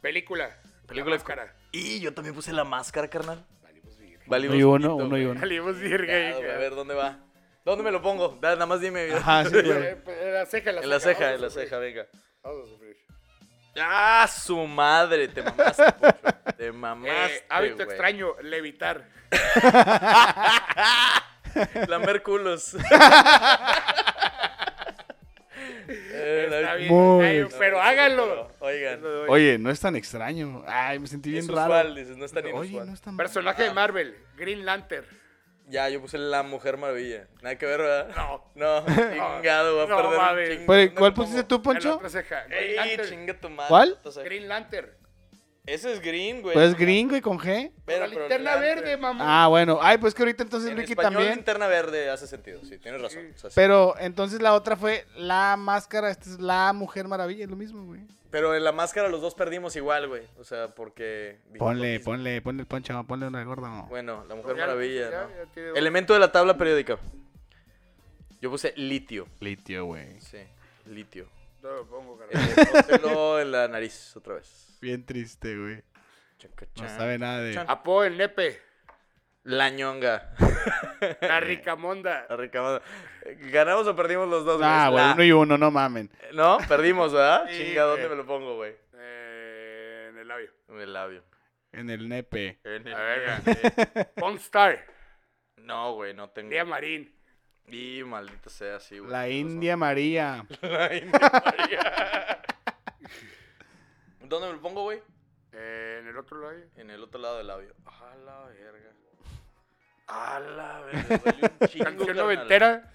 Película.
Película
La máscara.
Y yo también puse la máscara, carnal.
Valimos virga.
Vale,
Uno y uno, uno y uno.
Valimos virga.
A
hija.
ver, ¿dónde va? ¿Dónde me lo pongo? Da- nada más dime.
Ajá, sí, güey.
Eh, En la ceja, en la ceja.
en la ceja,
vamos a
en la ceja,
sufrir.
venga.
Vamos a sufrir.
¡Ah, su madre! Te mamaste, Poncho. Te
Eh,
mamaste,
hábito
güey.
extraño, levitar.
Lamer culos. Eh, la-
Está bien.
Muy
Ay, pero háganlo.
Oigan,
Oye, no es tan extraño. Ay, me sentí bien
es
raro.
usual, dices, no es tan
Oye,
inusual.
no es tan
Personaje
ah.
de Marvel, Green Lantern.
Ya, yo puse la Mujer Maravilla. Nada que ver, ¿verdad?
No.
No, chingado, voy a
No,
perder
mames.
un chingo.
Pero,
¿Dónde
¿Cuál
lo
pusiste
pongo?
tú,
En la
Poncho?
otra ceja. Green
¡Ey,
Lantern.
Ah, chinga tu madre!
¿Cuál?
O sea,
Green Lantern.
Ese es Green, güey.
Pues gringo y con G.
Pero,
la
pero
linterna
Lantern.
verde, mamá.
Ah, bueno. Ay, pues que ahorita entonces
En
Ricky
español,
también.
linterna verde hace sentido, sí, tienes razón. o sea, sí. pero,
Pero entonces la otra fue la máscara. Esta es la Mujer Maravilla, es lo mismo, güey.
en la máscara los dos perdimos igual, güey. O sea, porque... dijimos lo
Ponle,
mismo.
ponle, ponle el poncho, ponle una gorda. no.
Bueno, la Mujer
Ya,
Maravilla,
ya,
¿no?
ya tiene dos.
Elemento de la tabla periódica. Yo puse litio.
Litio, güey.
Sí, litio.
No lo pongo, carnal.
Eh, póntelo en la nariz otra vez.
Bien triste, güey.
Chaca,
No
chan.
sabe nada de.
Chan.
Apo el nepe,
La ñonga.
la ricamonda.
La recamada. ¿Ganamos o perdimos los dos?
Ah,
güey?
güey,
La-
uno y uno, no mamen.
No, perdimos, ¿verdad?
Sí,
Chinga, ¿dónde
güey.
me lo pongo, güey?
Eh, en el labio.
En el labio.
En el nepe.
En el-
A ver, eh, Ponstar,
No, güey, no tengo.
Lía Marín.
Y maldita sea, sí, güey.
La
tienes razón.
India María.
La India María. ¿Dónde me lo pongo, güey?
Eh, en el otro labio.
En el otro lado del labio. A la verga. A la verga. duele un chingo,
Canción
carnal.
noventera.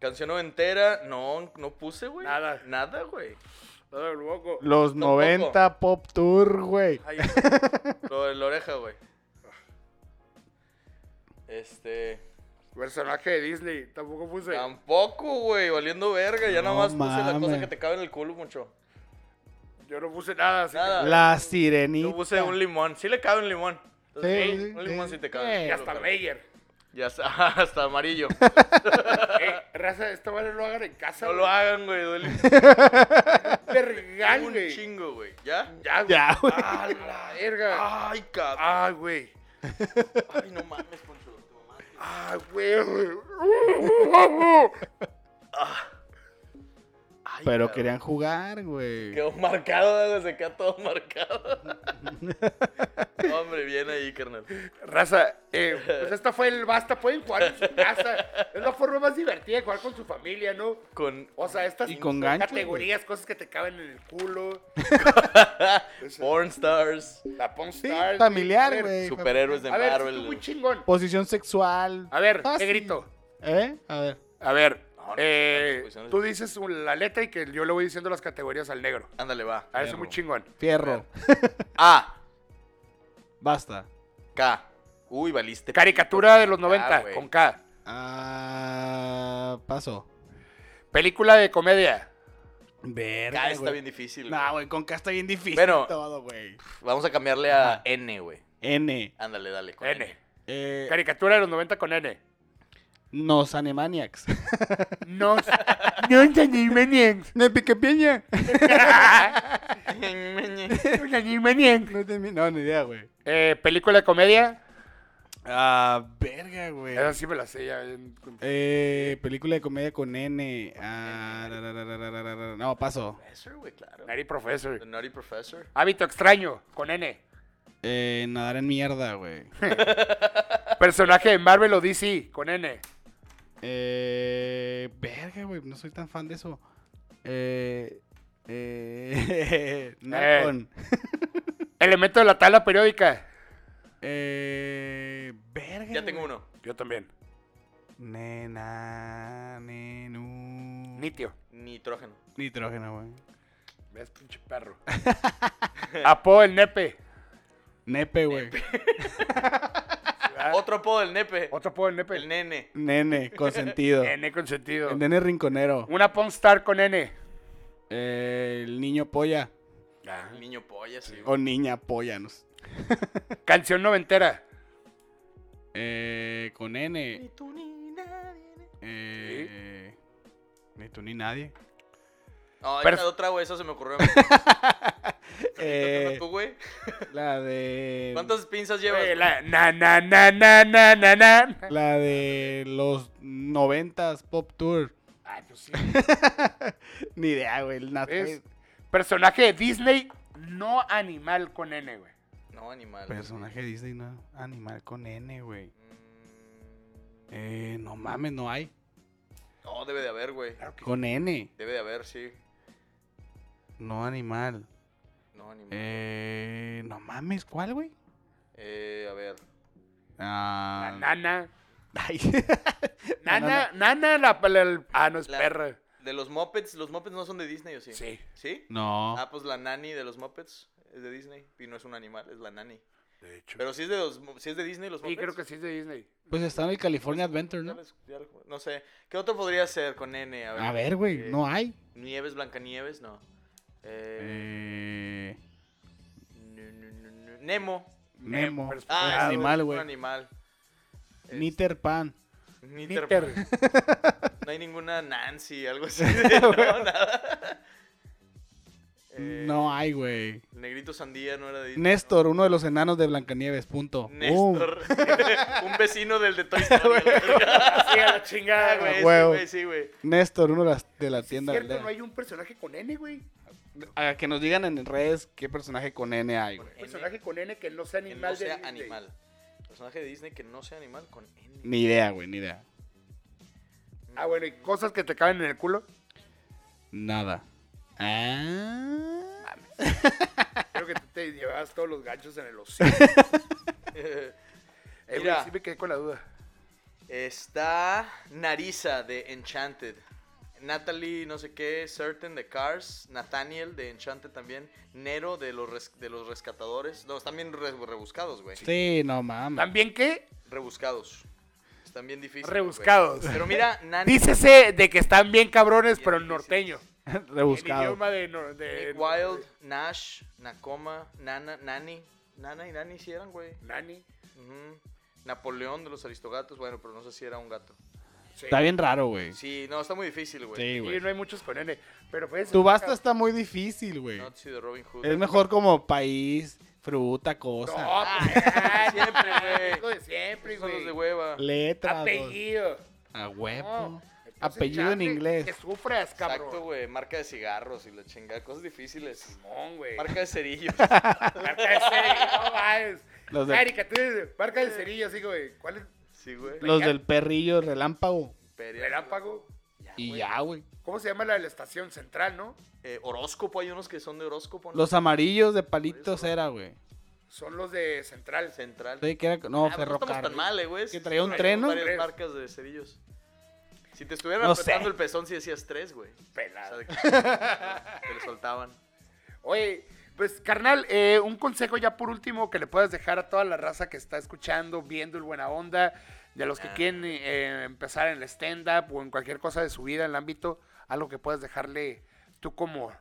Canción noventera. No, no puse, güey.
Nada.
Nada, güey.
Todo el loco.
Los
Tampoco.
90 Pop Tour, güey.
Ay, lo de la oreja, güey. Este.
Personaje de Disney. Tampoco puse.
Tampoco, güey. Valiendo verga. Ya
No
nada más puse la cosa
mames.
que te cabe en el culo, mucho.
Yo no puse nada. así que-
Nada.
La
Yo
Sirenita.
puse un limón. Sí le cabe un limón. Entonces,
Sí,
sí,
sí,
un limón
sí.
sí te cabe.
Y hasta Meyer.
Ya está, hasta amarillo.
Eh, raza, esta madre no lo hagan en casa.
No lo
güey.
hagan, güey. Duele un
Vergal,
un
güey.
chingo, güey. ¿Ya?
Ya, güey.
Ya, güey.
Ah, la verga.
Ay, cabrón.
Ah, güey.
Ay, no mames, Poncho. te mamaste.
Ah, güey. güey.
Ay,
Pero
cabrón.
querían jugar, güey.
Quedó marcado, güey, se queda todo marcado. Hombre, bien ahí, carnal.
Raza, eh, pues esta fue el basta. Pueden jugar en su casa. Es la forma más divertida de jugar con su familia, ¿no?
Con
O sea, estas
Y con
son
gancho,
categorías, cosas que te caben en el culo.
porn stars,
La Pong
Sí,
Stars. güey. A
familiar,
ver,
güey.
superhéroes de
A ver, estuvo
Marvel.
muy chingón.
Posición sexual.
A ver,
Fácil.
te grito.
¿Eh? A ver.
A ver,
No, no,
eh,
las posiciones-
tú dices un- la letra y que yo le voy diciendo las categorías al negro.
Ándale, va.
A ver, es muy chingón.
Fierro.
A,
Basta.
K. Uy, valiste.
Caricatura de los
Ah,
90,
güey.
con K.
Ah, paso.
Película de comedia.
Verga,
K está
güey.
bien difícil.
Nah,
güey.
güey, con K está bien difícil
Bueno.
todo, güey.
Vamos a cambiarle a N, güey.
N.
Ándale, dale. con
N.
Eh,
Caricatura de los 90 con N.
Nos Animaniacs.
No. no, Animaniacs.
No, Piquepiña.
Los Animaniacs.
No, tenía- no, ni idea, güey.
Eh, película de comedia.
Ah, verga,
Eh.
güey.
Esa sí me la sé ya. bien.
Eh, película de comedia con N. Ah, ra, ra, ra, ra, ra, ra, ra. No, paso.
Professor, güey, claro.
Nari
The
Professor.
Nutty Professor.
Hábito extraño con N.
Eh, nadar en mierda, güey.
Personaje de Marvel o DC con N.
Eh, verga, güey. No soy tan fan de eso. Eh, eh, Nacon.
Elemento de la tabla periódica.
Eh, verga.
Ya tengo uno.
Yo también.
Nena, nenu.
Nitio.
Nitrógeno.
Nitrógeno, güey.
Ves, pinche perro. Apo el nepe.
Nepe, güey.
Ah,
Otro apodo del nepe.
Otro apo el nepe.
El nene.
Nene, consentido.
N con sentido.
El nene rinconero.
Una Ponstar con N.
Eh, el niño polla.
El niño polla, sí. güey.
O niña polla, no sé.
Canción noventera.
Eh, con N.
Ni tú ni nadie.
Eh, Ni tú ni nadie.
No, hay
Pero-
una de otra, güey. Esa se me ocurrió. a mí.
Eh,
¿Tú, güey?
la de.
¿Cuántas pinzas llevas?
Eh, la- na, na, na, na, na, na, na.
La de los noventas Pop Tour.
Ay, pues sí.
Ni idea, güey. el nat-
¿Ves? Personaje de Disney no animal con N, güey.
No, animal.
Personaje Disney, no. Animal con N, güey.
Mm,
Eh, no mames, no hay.
No, debe de haber, güey.
Con N.
Debe de haber, sí.
No animal.
No, animal. Eh,
Eh, no mames, ¿cuál, güey?
Eh, a ver.
La
Ah.
nana.
Ay.
Nana, nana, la, la- el- ah, no es
La-
perra.
De los Muppets, ¿los Muppets no son de Disney o sí?
Sí.
¿Sí?
No.
Ah, pues la nani de los Muppets es de Disney. Y no es un animal, es la nani.
De hecho.
Pero si es de, los, si es de Disney, los
Sí,
Muppets.
creo que sí es de Disney.
Pues está en el California Adventure,
Ya
¿no?
les- ya les- no sé. ¿Qué otro podría ser con N? A ver.
A ver, güey,
Eh,
no hay.
Nieves, Blancanieves, no. Eh,
Eh,
nu- nu- nu- nu- Nemo.
Nemo.
pero es-
Un
Ah, es
animal,
un
güey.
animal. Es-
Niter Pan.
Niter.
Peter.
No hay ninguna Nancy, algo así. no, nada. Eh,
No hay, güey.
el Negrito Sandía no era de Disney.
Néstor, uno de los enanos de Blancanieves, punto. Uh,
Néstor. un vecino del de Toy Story.
Sí, a la
Ah,
chingada,
güey,
güey.
sí,
huevo.
güey, sí, güey.
Boom. Néstor, uno de, las- de la
Es
tienda.
cierto,
aldea.
no hay un personaje con N, güey.
A que nos digan en redes qué personaje con N hay,
Con
güey.
Un
N,
personaje con N que no sea
que
animal
no sea
de Disney.
animal. Personaje de Disney que no sea animal con N.
Ni idea, güey, ni idea.
Ah, bueno, y cosas que te caben en el culo.
Nada. Ah.
Creo que tú te llevabas todos los ganchos en el hocico. Eh, güey,
Mira.
sí me quedé con la duda.
Está Narisa de Enchanted. Natalie, no sé qué, Certain de Cars, Nathaniel de Enchanted también, Nero de los, res- de los rescatadores. No, están bien re- rebuscados, güey.
Sí, no mames.
¿También qué?
Rebuscados. Están bien difíciles. güey.
Rebuscados.
Pero mira, Nani,
Dícese de que están bien cabrones, pero en norteño. En
Rebuscado.
idioma de, nor- de-
Nick Wild, Nash, Nakoma, Nana, Nani. Nana y Nani sí eran, güey.
Nani.
Ujú. Napoleón de los aristogatos, bueno, pero no sé si era un gato.
Sí.
Está bien raro, güey.
Sí, no, está muy difícil, güey.
Sí,
Sí,
güey.
no hay muchos con N. Pero pues.
Tu basta está muy difícil, güey.
Nazi de Robin Hood.
Es mejor como país, fruta,
No,
cosa,
pues, ay,
Ah, Siempre, güey.
hijo de siempre,
Esos son los de
güey.
hueva.
letra, dos.
Apellido.
a huevo.
No. Entonces,
Apellido en
chance Que
inglés.
sufras, cabrón.
Exacto, güey. Marca de cigarros y la chingada. Cosas difíciles.
Simón, güey.
Marca de cerillos.
Marca de cerillo, no mames.
Los de-
Caricaturas, marca de cerillo, así, güey. ¿Cuál es?
Sí, güey.
Los del perrillo relámpago.
Feria.
Relámpago.
Y ya, güey.
¿Cómo se llama la de la estación central, no?
Eh, horóscopo. Hay unos que son de horóscopo. ¿no?
Los amarillos de palitos era, güey.
Son los de central.
Central.
Sí, que era- no,
Ah, pero no estamos tan
ferrocarril.
mal, eh, güey.
Que traía un
Hay
tren, ¿no?
varias
Tres.
marcas de cerillos. Si te estuvieran
No
apretando
sé.
el pezón, si decías tres, güey. O sea,
Pelado.
de que- te lo soltaban.
Oye, pues carnal, eh, un consejo ya por último que le puedas dejar a toda la raza que está escuchando, viendo el Buena Onda, de los que quieren eh, empezar en el stand-up o en cualquier cosa de su vida en el ámbito, algo que puedas dejarle tú como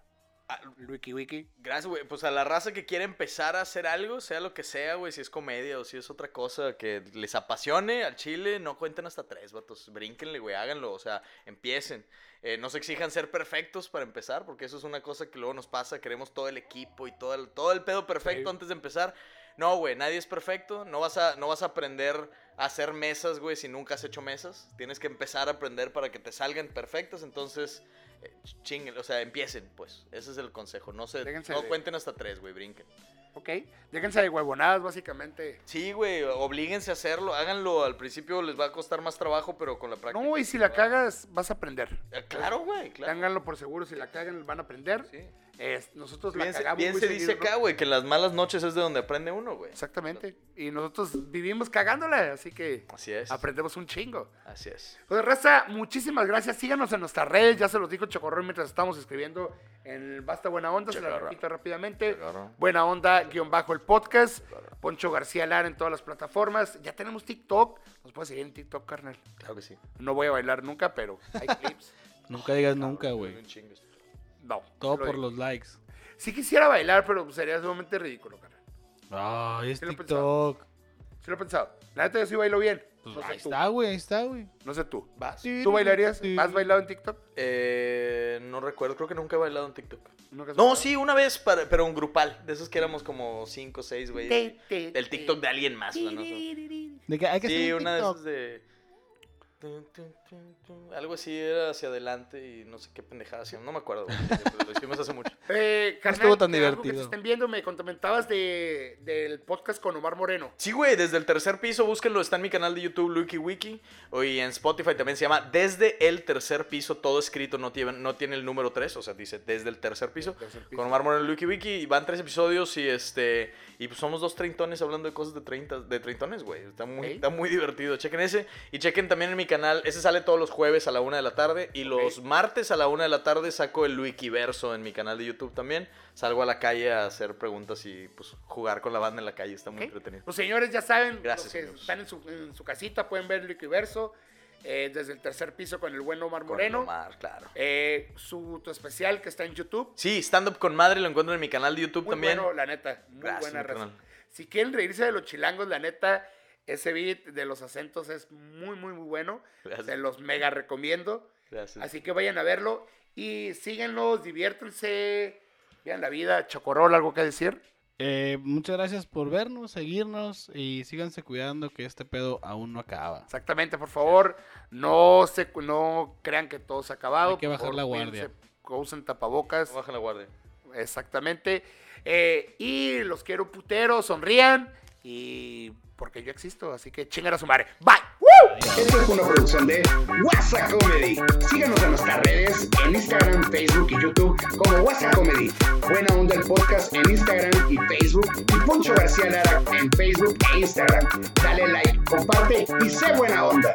Wiki Wiki.
Gracias, güey. Pues a la raza que quiere empezar a hacer algo, sea lo que sea, güey, si es comedia o si es otra cosa que les apasione al chile, no cuenten hasta tres, vatos. Brínquenle, güey, háganlo, o sea, empiecen. Eh, no se exijan ser perfectos para empezar, porque eso es una cosa que luego nos pasa. Queremos todo el equipo y todo el, todo el pedo perfecto
Sí.
antes de empezar. No, güey, nadie es perfecto. No vas a, no vas a aprender a hacer mesas, güey, si nunca has hecho mesas. Tienes que empezar a aprender para que te salgan perfectas. Entonces, eh, ch- chinguen, o sea, empiecen, pues. Ese es el consejo. No se,
Déjense
no
de-
cuenten hasta tres, güey, brinquen.
Ok, déjense de huevonadas, básicamente.
Sí, güey, oblíguense a hacerlo. Háganlo. Al principio les va a costar más trabajo, pero con la práctica.
No, y si la cagas, vas a aprender.
Eh, Claro, güey, claro.
Ténganlo por seguro, si la cagan, van a aprender.
Sí.
Es- nosotros Pues la
Bien, se-
cagamos
bien
muy
se dice
seguido, ¿no?
acá, güey, que en las malas noches es de donde aprende uno, güey.
Exactamente. Y nosotros vivimos cagándola, así que
Así es.
aprendemos un chingo.
Así es.
Pues Raza, muchísimas gracias. Síganos en nuestras redes. Ya se los dijo Chocorrón mientras estábamos escribiendo en el Basta Buena Onda. Se la
Chocorrón.
repito rápidamente.
Chocorrón.
Buena Onda, guión bajo el podcast. Poncho García Lara en todas las plataformas. Ya tenemos TikTok. Nos puedes seguir en TikTok, carnal.
Claro que sí.
No voy a bailar nunca, pero hay clips.
Nunca digas nunca, güey.
Un chingo esto.
No.
Todo
lo
por
digo.
los likes.
Sí quisiera bailar, pero sería sumamente ridículo, carnal.
Ay, es
Sí lo he
TikTok.
Sí lo he pensado. La neta, yo sí bailo bien.
Pues
no sé
ahí
tú.
está, güey, ahí está, güey.
No sé tú.
¿Vas?
¿Tú bailarías? ¿Has bailado en TikTok?
Eh, no recuerdo, creo que nunca he bailado en TikTok.
¿Nunca has
No,
bailado?
sí, una vez, para- pero un grupal. De esos que éramos como 5 o 6, güey.
Te, te,
Del
te.
TikTok de alguien más, güey, ¿no?
De que hay que
Sí,
hacer un
una de
TikTok.
esas de. Tun, tun, tun, tun. Algo así era hacia adelante y no sé qué pendejada hacían. No me acuerdo, güey, pero lo hicimos hace mucho.
Eh, carnal,
estuvo tan
de algo que te
divertido.
estén viendo, me comentabas de, del podcast con Omar Moreno.
Sí, güey, desde el tercer piso, búsquenlo. Está en mi canal de YouTube, Lucky Wiki. o- Y en Spotify también se llama Desde el tercer piso, todo escrito, no tiene, no tiene el número 3, o sea, dice Desde el tercer piso. Con Omar Moreno y Lucky Wiki. Y van tres episodios y este. Y pues somos dos treintones hablando de cosas de, 30, de treintones, güey. Está muy,
Ok.
está muy divertido. Chequen ese. Y chequen también en mi canal. Ese sale todos los jueves a la una de la tarde. Y los martes a la una de la tarde saco el Wikiverso en mi canal de YouTube también. Salgo a la calle a hacer preguntas y pues jugar con la banda en la calle. Está muy
Ok.
entretenido.
Los señores ya saben,
Gracias,
los que
amigos.
están en su, en su casita pueden ver Liquiverso eh, desde el tercer piso con el buen Omar
Con
Moreno.
Omar, claro.
Eh, su tu especial que está en YouTube.
Sí, stand up con madre lo encuentro en mi canal de YouTube
Muy
también.
bueno, la neta. Muy
Gracias,
buena
mi
raza.
carnal.
Si quieren reírse de los chilangos, la neta, ese beat de los acentos es muy, muy, muy bueno.
Gracias.
Se los mega recomiendo.
Gracias.
Así que vayan a verlo y síguenlos, diviértanse, vean la vida. Chocorol, algo que decir.
Eh, muchas gracias por vernos, seguirnos y síganse cuidando que este pedo aún no acaba.
Exactamente, por favor, no se, no crean que todo se ha acabado.
Hay que
por
bajar
favor,
la guardia.
cuídense, Usen tapabocas,
Baja la guardia.
exactamente. Eh, y los quiero un putero, sonrían y porque yo existo, así que chingar a su madre. Bye.
Esto es una producción de WhatsApp Comedy. Síganos en nuestras redes, en Instagram, Facebook y YouTube como WhatsApp Comedy. Buena Onda el podcast en Instagram y Facebook. Y Poncho García Lara en Facebook e Instagram. Dale like, comparte y sé buena onda.